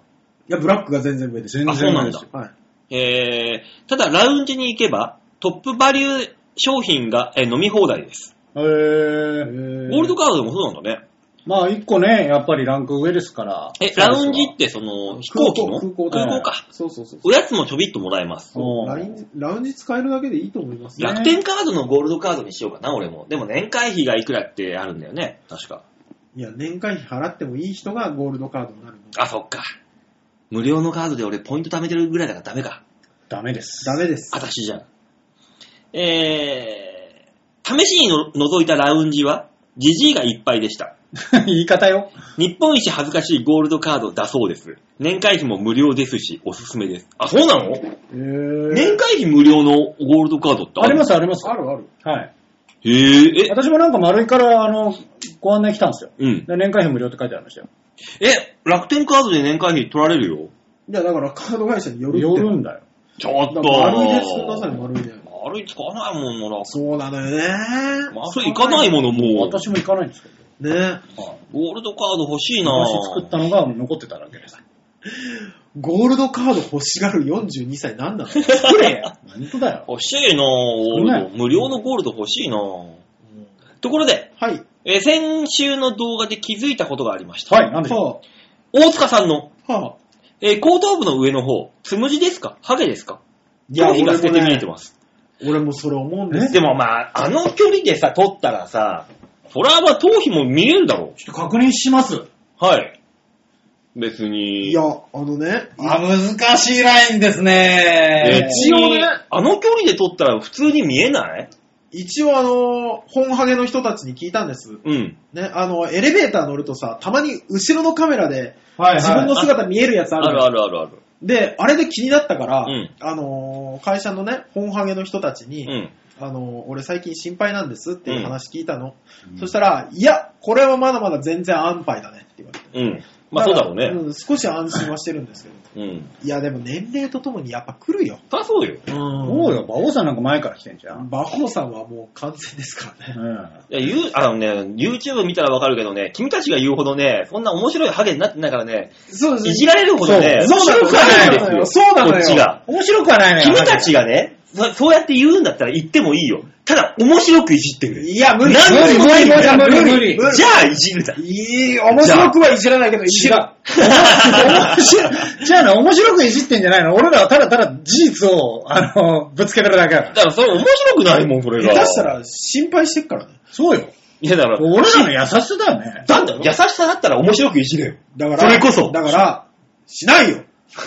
や、ブラックが全然上です。
全
あそう
然
な
なんい
だ
ですよ。
はい。
えーただラウンジに行けば、トップバリュー商品が、えー飲み放題です。
へー。
ゴールド
ー
カードでもそうなんだね。
まあ、一個ね、やっぱりランク上ですから。
え、
そうですわ
ラウンジってその、飛行機の
空港
空港
か。
そうそうそう。
おやつもちょびっともらえます。
そう
うん
ラインラウンジ使えるだけでいいと思います
ね
楽天カードのゴールドカードにしようかな、俺も。でも年会費がいくらってあるんだよね、確か。
いや、年会費払ってもいい人がゴールドカードになるの。
あ、そっか。無料のカードで俺ポイント貯めてるぐらいだからダメか。
ダメです。
ダメです。
私じゃん。えー、試しにの覗いたラウンジは、ジジイがいっぱいでした。
言い方よ。
日本一恥ずかしいゴールドカードだそうです。年会費も無料ですし、おすすめです。あ、そうなの
えー
年会費無料のゴールドカードって
ありますす、あります
あ。るある。
はい。
へー、え、
私もなんか丸いから、あの、ご案内来たんですよ。
うん。
で年会費無料って書いてありましたよ。
え、楽天カードで年会費取られるよ
いや、だからカード会社によるって。
寄るんだよ。
ちょっと
だから丸いで作んなさい、丸いで。
丸い使わないもんなら。
そうなのよね。
丸い行かないもの、もう。
私も行かないんですけど。
ね
ゴールドカード欲しいな
私作ったのが残ってただけです。
ゴールドカード欲しがる42歳なんなの
作れよ本当だよ。
欲しいなゴ
少な
ー
い
ルド。無料のゴールド欲しいなところで、
はい。
えー先週の動画で気づいたことがありました。
はい、なんでしょ
は
大塚さんの、
あ、はあ、
えー後頭部の上の方、つむじですかハゲですか
いや
頭皮が透けて見えてます。
俺もそれ思うんです
で
よ。
もまあ、あの距離でさ、撮ったらさ、それはまあ頭皮も見えるだろ
ちょっと確認します。
う。はい。別に。
いや、あのね、
あ、難しいラインですね。
別に、あの距離で撮ったら普通に見えない
一応あの、本ハゲの人たちに聞いたんです。
うん。
ね、あの、エレベーター乗るとさ、たまに後ろのカメラで
は
自分の姿見えるやつあ
あ
るじゃん
るあるあるある。
で、あれで気になったから、
うん
あのー会社のね、本ハゲの人たち
う
に、
ん。
あのー俺最近心配なんですっていう話聞いたの。
うん
そしたら、いや、これはまだまだ全然安牌だねって言われて。
うん。まあそうだろうね。
ん少し安心はしてるんですけど。
うん。
いや、でも年齢とともにやっぱ来るよ。
そりゃそうよ。
うん。
そうよ、馬王さんなんか前から来てんじゃん。
馬王さんはもう完全ですからね。
う
いや、ゆうあのね、YouTube 見たらわかるけどね、君たちが言うほどね、そんな面白いハゲになってないからね、
そう
いじられるほどね、
そうそう
面白くはないんですよ。
そうなのよそうなのよ
こっちが。
ん。面白くはないね。
君たちがね、そそうやって言うんだったら言ってもいいよ。ただ、面白くいじってくれ。
いや、無理。
なんでもないよ
無理無理無理無理
無理
じゃあ、いじるだ。
いい、面白くはいじらないけど、いじ
違う
る。。
面白いじゃあな、面白くいじってんじゃないの俺らはただただ事実を、あの、ぶつけてるだけだから。
だから、それ面白くないもん、それ
下
が。
手したら心配してっからね。
そうよ。
いや、だから、
俺らの優しさだよね。
だって優しさだったら面白くいじれよ。
だから、
それこそ
だから、しないよ。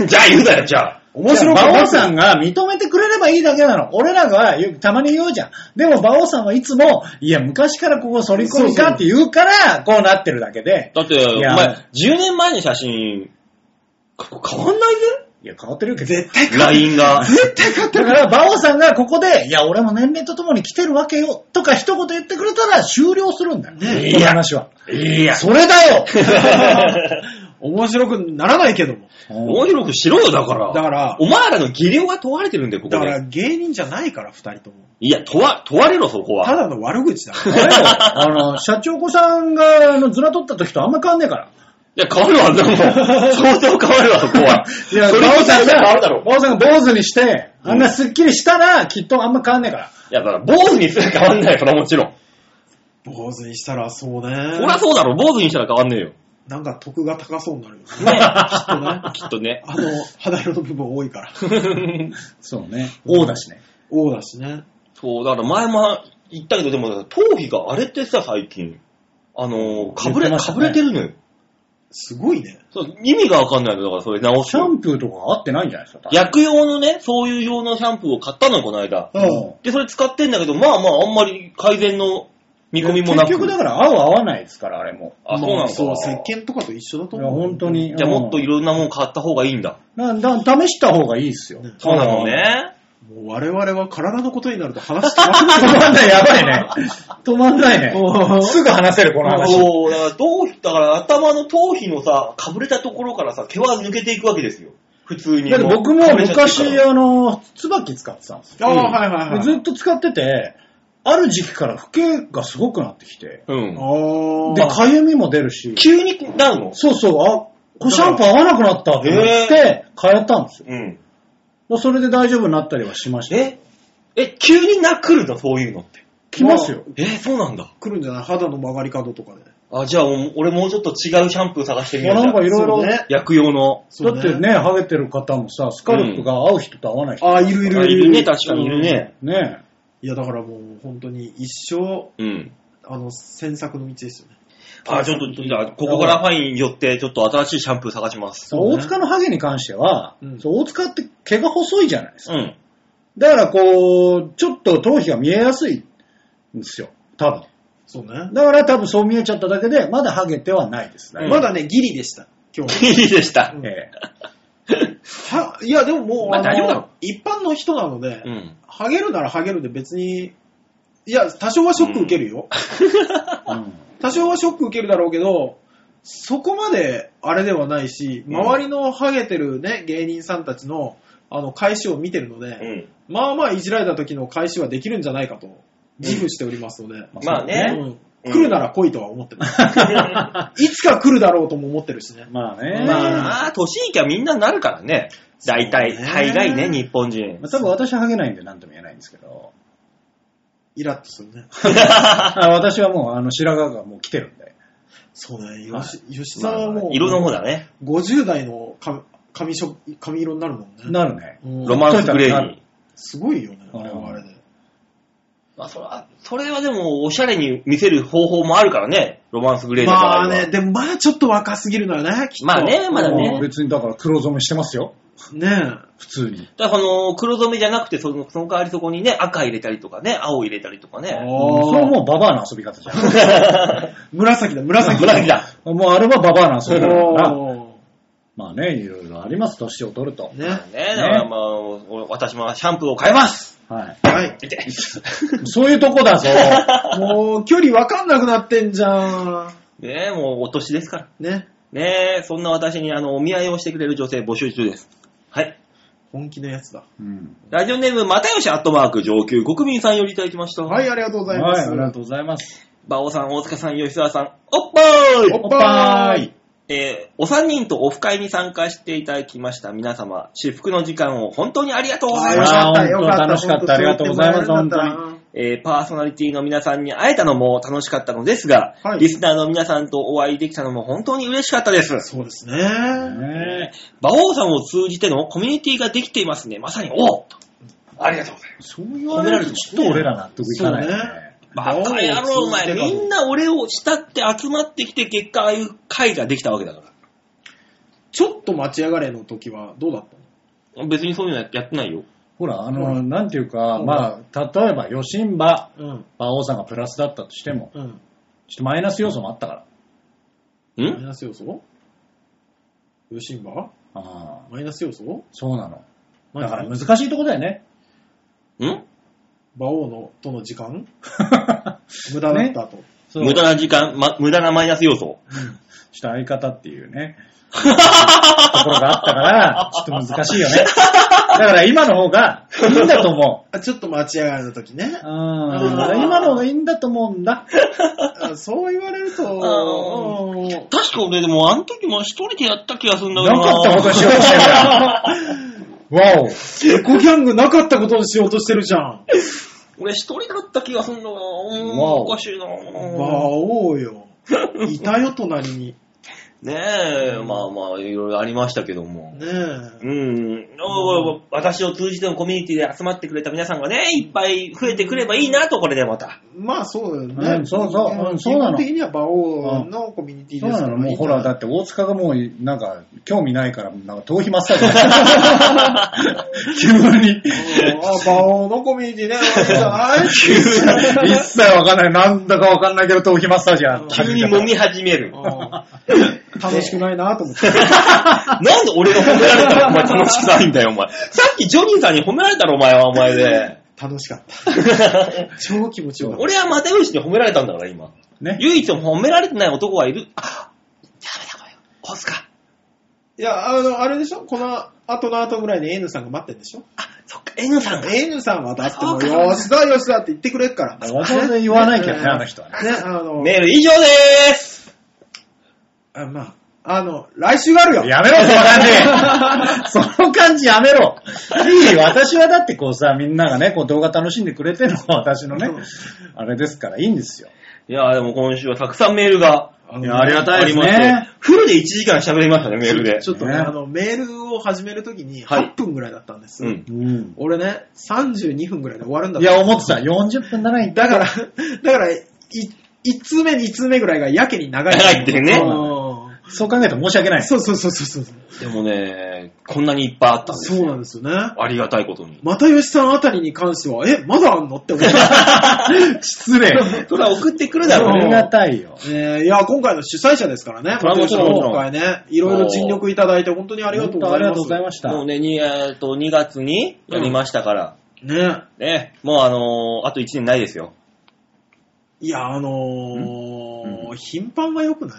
じゃあ言うなよ、じゃあ。
面白く
馬王さ
ん。
んが認めてくれればいいだけなの。俺らがよくたまに言うじゃん。でも馬王さんはいつも、いや、昔からここ反り込みかって言うから、こうなってるだけで。
だって、お
や
前、10年前の写真、か変わんないぜ
いや、変わってるけど。
絶対
?LINE が。
だから、馬王さんがここで、いや、俺も年齢とともに来てるわけよ、とか一言言ってくれたら終了するんだよ。
ね
この話は。
いや、
それだよ
面白くならないけども。
面白くしろよ、だから。
だから
お前らの技量が問われてるんだよ、ここ
だから
で。
芸人じゃないから、二人とも。
いや、問わ、問われろ、そこ
た
は。
だの悪口だか
あれよあの、社長子さんが、あの、ずら取った時とあんま変わんねえから。
いや、変わるわ、でも。相当変わるわ、そこは。
いや、
それ
馬王
に
さ
対
ん
して変わるだ
が、
ろ。
馬王さんが坊主にして、あんなスッキリしたら、きっとあんま変わんねえから。
いや、だから、坊主にすら変わんないよ、それはもちろん。
ら。坊主にしたらそう
そりゃ
ね。
そうだろ、坊主にしたら変わんねえよ。
なんか得が高そうになるよね。
ね
きっとね。
きっとね。
あの、肌色の部分多いから。
そうね。王だしね。
王だしね。
そう、だから前も言ったけど、でも、頭皮が荒れてさ、最近。あのー、かぶれ、
言ってました
かぶ
ね
れてるのよ。
すごいね。
そう、意味がわかんないのだから、それ直し
シャンプーとか合ってないんじゃないですか。
薬用のね、そういう用のシャンプーを買ったのよ、この間。
うん
で、それ使ってんだけど、まあまあ、あんまり改善の見込みもなく。
結局だから合う合わないですから、あれも。
あ、そうなのか。
そう、石鹸とかと一緒だ
い
と
や、
思う。
本当。に。
じゃあもっといろんなもん買った方がいいんだ。
なだ試した方がいいですよ。
そうなのね。
もう我々は体のことになると話してま
う ん。止まんない、やばいね。止まんないね。
す
すぐ話せる、この話。
そう、だから頭皮、だから頭の頭皮のさ、かぶれたところからさ、毛は抜けていくわけですよ。普通に。
だって僕も
被れちゃってるから
昔、あの、椿使ってたんですよ
ああ、はいはいはい。
ずっと使ってて、ある時期から老けがすごくなってきて、
うん。
で、
ああ。
かゆみも出るし、
急になるの
そうそう、あ、これシャンプー合わなくなったって思って、変えたんですよ。
うん。
もうそれで大丈夫になったりはしました。
ええ、急にな、来るのそういうのって。
来ますよ。
えーそうなんだ。
来るんじゃない肌の曲がり角とかで。
あ、じゃあ、もう俺もうちょっと違うシャンプー探してみ
ま
よ
あ
う
なんかい
じ
ろいろ、
そう
だ
ゃ
ね
あ薬用の。
そう
ってね、ハゲてる方もさ、スカルプが合う人と合わない人。
ああ、いるい
い
るいる。
るね、確かにいるね。
ね
いや、だからもう本当に一生、
うん。
あの、詮索の道ですよね。
あ、ちょっと、じゃあ、ここからファイン寄って、ちょっと新しいシャンプー探します。
そう大塚のハゲに関しては、
うん
そう大塚って毛が細いじゃないです
う
か。
ん。
だからこう、ちょっと頭皮が見えやすいんですよ。多分。
そうね。
だから多分そう見えちゃっただけで、まだハゲてはないですね。
うん
まだね、ギリでした。今日。
いいでした。
え
はいや、でももう、
まあ
の
大丈夫だろ
一般の人なので、
うん。
ハゲるならハゲるで別に、いや、多少はショック受けるよ。
えうん
多少はショック受けるだろうけど、そこまであれではないし、
うん
周りのハゲてるね、芸人さんたちの、あの、返しを見てるので、
うん。
まあまあいじられた時の返しはできるんじゃないかと、自負しておりますので、
まあね。
うん来るなら来いとは思ってます。いつか来るだろうとも思ってるしね。
まあね。
まあ、年いきゃみんななるからね。大体、
そうね
大概ね、日本人。
まあ多分私はハゲないんで何とも言えないんですけど、
イラッとするね。
あ私はもうあの白髪がもう来てるんで。
そうね、
はい
吉吉沢はもう、
色の方だね。
50代のか髪色、髪色になるもんね。
なるね。
うん
ロマンスグレーに。
すごいよね、あれ
うん
はあれで。
まあ、それは、それはでも、おしゃれに見せる方法もあるからね、ロマンスグレーの場合
ま
は。
あね、でもまだちょっと若すぎるのよね、きっと。
まあねまだね
もう別にだから黒染めしてますよ。
ねえ
普通に。
だからその、黒染めじゃなくて、その、その代わりそこにね、赤入れたりとかね、青入れたりとかね。
うんそれは
も
もうババアの遊び方じゃん。
紫だ、紫だ。
紫だ。
もうあれはババアな遊び方だから。
お
まあね、いろいろあります、年を取ると
ー。
まあ
ね。
ね、だからまあ、お私もシャンプーを変えます
はい。
はい。
見て。
そういうと こだぞ。
もう、距離わかんなくなってんじゃん。
ねえ、もうお年ですから。
ね。
ねえ、そんな私にあの、お見合いをしてくれる女性募集中です。はい。
本気のやつだ。
うん。
ラジオネーム、又吉アットマーク上級国民さんよりいただきました。
はい、ありがとうございま
はい、あ
す。
りがとうございます。
馬王さん、大塚さん、吉沢さん、おっぱーい
おっぱーい
えーお三人とオフ会に参加していただきました皆様、至福の時間を本当にありがとうござい
あ
ま
り
す。
があー楽しかったありがとうございます
本当そう言ってもらえるんだったら
えーパーソナリティの皆さんに会えたのも楽しかったのですが、
はい
リスナーの皆さんとお会いできたのも本当に嬉しかったです。
そうですね。
ねえ
馬王さんを通じてのコミュニティができていますね。まさに、おうありがとうございます。
そう言われるとちょっと俺ら納得いかないよ
そう
ね。
バカ野郎、お前。みんな俺を慕って集まってきて、結果、ああいう会ができたわけだか
ちょっと待ち上がれの時はどうだったの
ら。別にそういうのやってないよ。
ほら、あ
う
の、
ん
なんていうか、
うん
まあ、例えば、余震場、
うん。
馬王さんがプラスだったとしても、
うん。
ちょっとマイナス要素もあったから。
マイ
ん
ナス要素ヨシンバ
ああ、
マイナス要素
そうなの。
何
だから難しいとこだよ ね。
ん
馬王のとの時間無駄だったと。
そう
無駄な時間、ま、無駄なマイナス要素。
ちょっと相方っていう ね、ところがあったから、ちょっと難しいよね。だから今の方がいいんだと思う。
あちょっと待ち上がれの時 ね。
うん
なるほど
今の方がいいんだと思うんだ。
あそう言われると、
あ
うん
確か俺でも、あの時も一人でやった気がするんだけど
なかったことしようとしてるやん。わお。
エコギャングなかったことにしようとしてるじゃん。
俺一人だった気がするんだな。うん、
わお
おかしいな。
馬王よ。いたよ、隣に。
ねえ、まあまあ、いろいろありましたけども。
ね
う
え。
ん、お私を通じてのコミュニティで集まってくれた皆さんがね、いっぱい増えてくればいいなと、これでまた。
まあそうだよ
う
ね。
んそうそううん
基
そうな
本
の
的には馬王のコミュニティ
そう
です
な
から
の、もうほら、だって大塚がもう、なんか、興味ないから、なんか頭皮マッサージ。 急に。
うんあ、馬王のコミュニティね、いいんじゃない
一切わかんない。なんだかわかんないけど、頭皮マッサージや。
急に揉み始める。
うん楽しくないなと思って。
なんで俺が褒められたらお前楽しくないんだよ、お前。さっきジョニーさんに褒められたろ、お前は、お前で。
楽しかった。超気持ちよかっ
俺は又吉に褒められたんだから、今。
ね。
唯一褒められてない男はいる。あ、やめた、これ。大塚。
た。いや、あの、あれでしょこの後の後ぐらいに N さんが待ってんでしょ
あ、そっか、N さんが。
N さんはだってもう、
そうか
吉田、吉田って言ってくれるから。
わざわざ言わないけどね、あの人はね。
ね、あの、
メール以上でーす。
あまあ、あの、来週があるよ。
やめろ、その感 じその感じやめろいい私はだってこうさ、みんながね、こう動画楽しんでくれてるのは私のね
うん、
あれですから、いいんですよ。
いやーでも今週はたくさんメールが
あの
いやありがたいですね
ありましてフルで1時間喋りましたね、メールで。
ちょっとね、
ね
あの、メールを始めるときに
はい
8分ぐらいだったんです。
うん。
うん。
俺ね、32分ぐらいで終わるんだ
いや、思ってた。40分だな、
だから、 だから、い1通目、2通目ぐらいがやけに長い。
長いっていうね
うん
そう考えると申し訳ない。
そうそうそうそうそう。
でもね、こんなにいっぱいあったんですよ。
そうなんですよね。
ありがたいことに。
又吉さんあたりに関しては、え、まだあんのって 思った。
失礼。
それは送ってくるだろ
あ
う
り
ね。
がたいよ。
えーいや、今回の主催者ですからね。
それはもちろん
又吉さ今回ね、いろいろ尽力いただいて、本当にありがとうございます。
ありがとうございました。
もうね、にえっと2月にやりましたから、
ね。
ね、もうあのーあと1年ないですよ。
いや、あのー頻繁は良く ない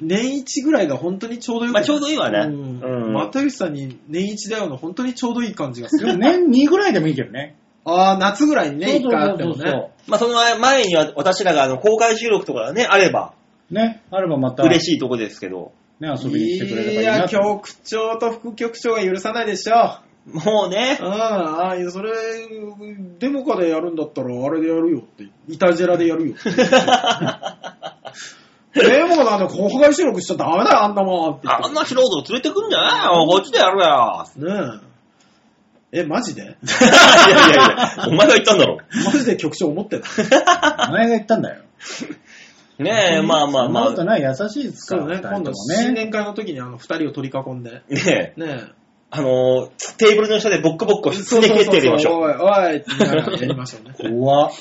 年一ぐらいが本当にちょうどよく
ま
な
あちょうどいいわね。
う
うん
ん。又吉さんに年一だよの本当にちょうどいい感じがす
で
る。
も 年2ぐらいでもいいけどね。
ああ、夏ぐらいにね、一回あっても
そうそうそう
ね。
まあその前には私らがあの公開収録とかがね、あれば
ね、あればまた、ね、
嬉しいとこですけど、
遊びに来てくれればい
い
いな
や、
と。
局長と副局長が許さないでしょ。
もうね
うん、、ああ、いやそれ、デモ カでやるんだったら、あれでやるよって、イタジェラでやるよって。でもなんで公開収録しちゃダメだよ、あんなもんって言
あんな素人を連れてくんじゃないよ。こっちでやるよ。
って。ねえ。え、マジで
いやいやいや、お前が言ったんだろ。
マジで局長思ってた。
お前が言ったんだよ。
ねえ、まあまあまあ
そんなこ。とない、優しいですか
そう
ら、
ね、
二人
今
と
度
も
新
ね。。
年会の時にあの、二人を取り囲んで。
ねえ、
ね
あのー、テーブルの下でボッコボッコ
え。
すね蹴ってやりましょ
おい、おいって言いながらやりましょうね
怖っ
う。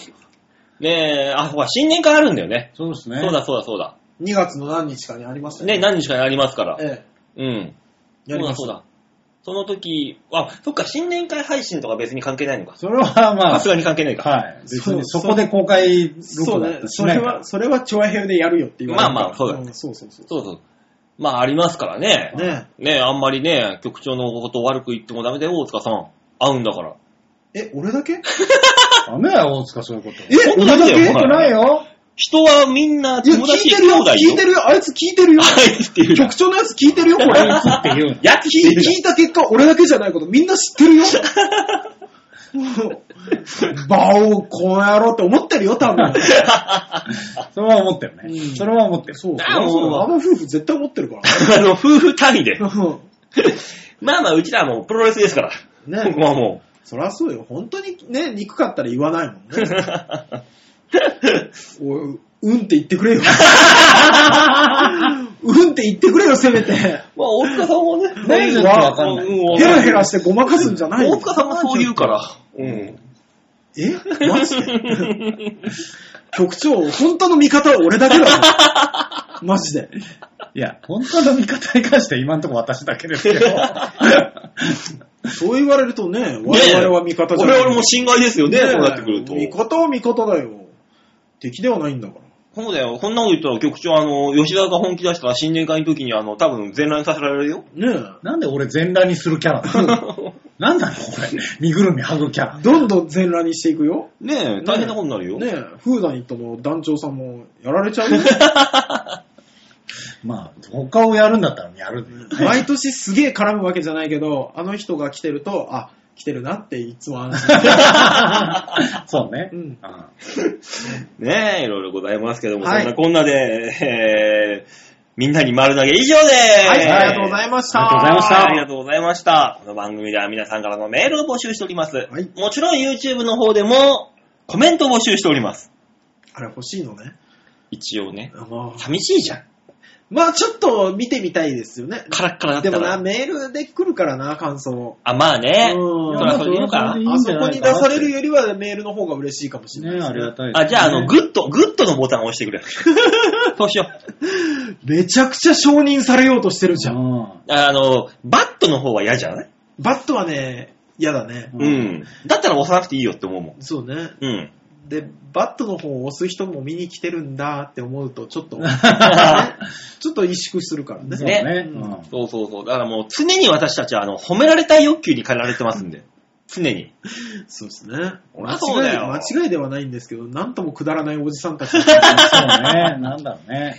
ねえ、あ、ほら、新年会あるんだよね。
そうですね。
そうだそうだそうだ。
2月の何日かにありました
ね、何日かにありますから。
ええ。
うん。
やりまし
そうだそう
た。
だ。その時、あ、そっか、新年会配信とか別に関係ないのか。
それはま
さ
あ
す、がに関係ないか。
はい。別に
そ
そうこで公開
そ
録
う
画
ね
だっ。たし
そ
ない
れ
から
は、それはチョアヘでやるよって言われた
まあまあそうだ
んそうそうそう。
そうそう。まあ、ありますからね。
ね
ねえ、あんまりね、局長のことを悪く言ってもダメだよ、大塚さん。会うんだから。
え、俺だけ
ダメだよ、大塚、そういうこと。
え、
僕
俺
だ
だ
け
け
だよ
よくないよ。
人はみんない
や、
友
聞い
達
てるよ、
兄弟よ。
聞いてるよ、あいつ聞いてるよ。
あいつっていうな
局長のやつ聞いてるよ、これ。
あいつって言うな
やつ
聞
聞
い
いてる
聞いた結果、俺だけじゃないこと、みんな知ってる よ。バオ、この野郎って思ってるよ、 多分。
それは思ってるね。
うん
それは思ってる。
そう
あもう
そうあの夫婦絶対思っ てるから
あの、夫婦単 位で。
うん。
まあまあ、うちらはもうプロレスですから。ここ
ね、
はも
そりゃそうよ。本当にね、憎かったら言わないもんね。おいうんって言って くれよ。うんって言ってくれよ、せめて。
う。まあ、大塚さんもね、
ないですよわかんない
うん
ヘラヘラしてごまかすんじゃないよ
大塚さんもそう言うから。うん。
えマジで 局長、本当の味方は俺だけだぞ。 マジで。
いや、本当の味方に関しては今んとこ私だけですけど。
そう言われるとね、我々は味方じゃない。
我々も心外ですよね、
え
そうなってくると。
味方は味方だよ。敵ではないんだか
そうだよ。こんなこと言ったら局長、あの、吉田が本気出したら新年会の時に、あの、多分全乱させられるよ。
ら。ね
なんで俺全裸にするキャラなのなんなのこれ。身ぐるみ剥ぐキャラ
え。。どんどん全裸にしていくよ。
ねえ、大変なことになるよ。
ねえ、フーダニットの団長さんもやられちゃ うよ。
まあ、他をやるんだったらやるね。
毎年すげえ絡むわけじゃないけど、あの人が来てると、あ、来てるなっていつも安心。
そうね。
うん
あ
ねえ、いろいろございますけども、
はい
そんなこんなで、えー、みんなに丸投げ以上でーす。
はい、ありがとうございました。
ありがとうございました
ありがとうございました。この番組では皆さんからのメールを募集しております。
い
もちろん YouTube の方でもコメントを募集しております。
あれ欲しいのね。
一応ね。
あの
寂しいじゃん。
まあちょっと見てみたいですよね。
カラッカラだった
で
ら。
もな、メールで来るからな、感想。
あ、まあね。
うん
そらそれでいいのか
い
な。
や
あそこに出される
よ。
よりはメールの方が嬉しいかもしれない
ね、
です、
ありがたいです
あ、
ね
じゃあ、あの、グッド、グッドのボタンを押してく れ。そうしよう。
めちゃくちゃ承認されようとしてるじゃん。
う
あの、バットの方は嫌じゃない
バットはね、嫌だね。
ん
う。ん。だったら押さなくていいよって思うもん。
そうね。
うん。
で、バットの方を押す人も見に来てるんだって思うと、ちょっと、ねちょっと萎縮するからね。
そうね。
う
うんん
そうそうそう。だからもう常に私たちはあの、褒められたい欲求に駆られてますんで。常に。
そうですね。
俺
間
はそう
違
だ
い
よ
間違いではないんですけど、なんともくだらないおじさんたち。
そうね。なんだろうね。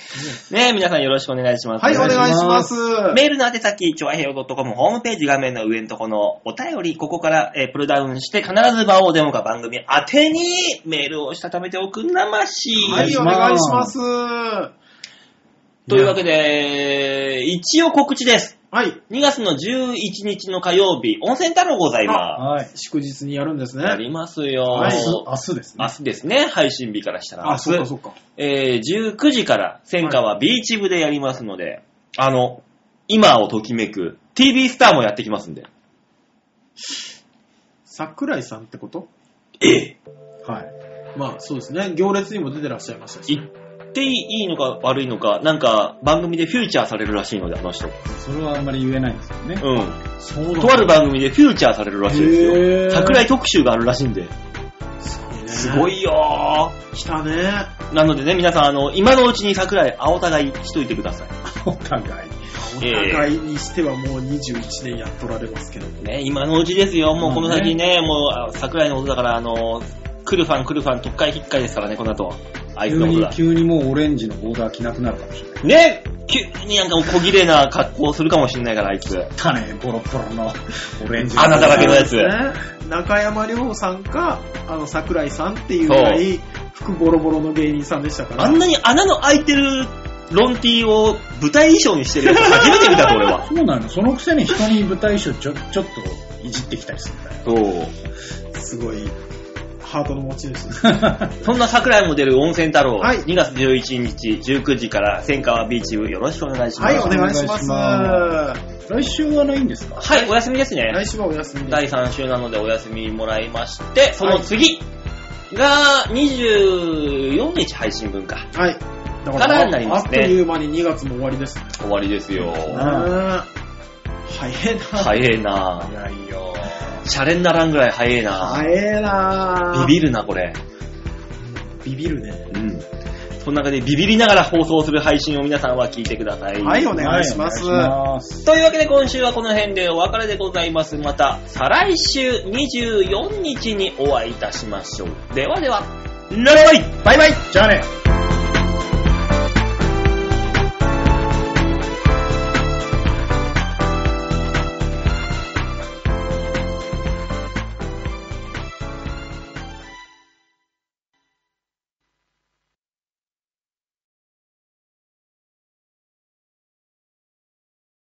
ねえ、皆さんよろしくお願いします。
はい、お願いしま。
お願いします
メールの宛先、ちょあへよ .com ホームページ画面の上のとこのお便り、ここから、えープルダウンして、必ず場をデモか番組宛てにメールをしたためておくんなまし。
はい、お願いします。は
というわけで、一応告知です。
い、
2月の11日の火曜日、温泉太郎ございま
はい。
祝日にやるんで
す。
す
あ
ね。
りますよ。
明
はい
日、
明
明日ですね。
日ですね、配信日からしたら。
あ、そっかそっか。
えー19時から、戦火はビーチ部でやりますので、あの、今をときめく TV スターもやってきますんで。
桜井さんってこと
はい。
まあそうですね。行列にも出てらっしゃいましたし。
言っていいのか悪いのか、なんか番組でフューチャーされるらしいので、あの人。
それはあんまり言えないんですよね。
うん。
そう
とある番組でフューチャーされるらしいですよ。
へー
桜井特集があるらしいんで。すご
い。
いよ
来たね。
ー。なのでね、皆さん、あの、今のうちに桜井、青互いしといてください。
お互い。
お互いにしてはもう21年やっとられますけど。
ね、今のうちですよ。もうこの先ね、もうあ桜井のことだから、あの、来るファン来るファン、特会引っかいですからね、この後。あいつ
急
のこと
に
だ、。
急にもうオレンジのボーダー着なくなるかもしれない。
ね、急になんか小綺麗な格好をするかもしれないから、あいつ。
たね、ボロボロのオレンジの。
あなただけのやつ。
ね。中山亮さんか、あの桜井さんっていうぐらい、服ボロボロの芸人さんでしたから。
あんなに穴の開いてるロン T を舞台衣装にしてるやつ初めて見たぞ、俺は。
そうなの。そのくせに人に舞台衣装ちょ、ちょっといじってきたりするんだよ。
そう。
すごい、ハートの持ち主です。
そんな桜井も出る温泉太郎、
はい
2月11日19時から千川ビーチ部よろしくお願いしま
は
す。
い、お願いします。来
来週はないんですか
はい、お休みですね。
週はお休みで
第3週なのでお休みもらいまして、その次が24日配信分か。
す。はい。だか
からになり
ら、あ
ま
っ
す
と
ね
いう間に2月も終わりです。
終わりですよ。
う
あ
ーん早いな。
早えな
早いよ。
シャレにならんぐらい早えな
早いな。
ビビるな、これ。
ビビるね。
うん。その中でビビりながら放送する配信を皆さんは聞いてください。
はい、お願いします。
はいお願いします
というわけで今週はこの辺でお別れでございます。また、再来週24日にお会いいたしましょう。ではでは、ララバイ
バイバイじゃあね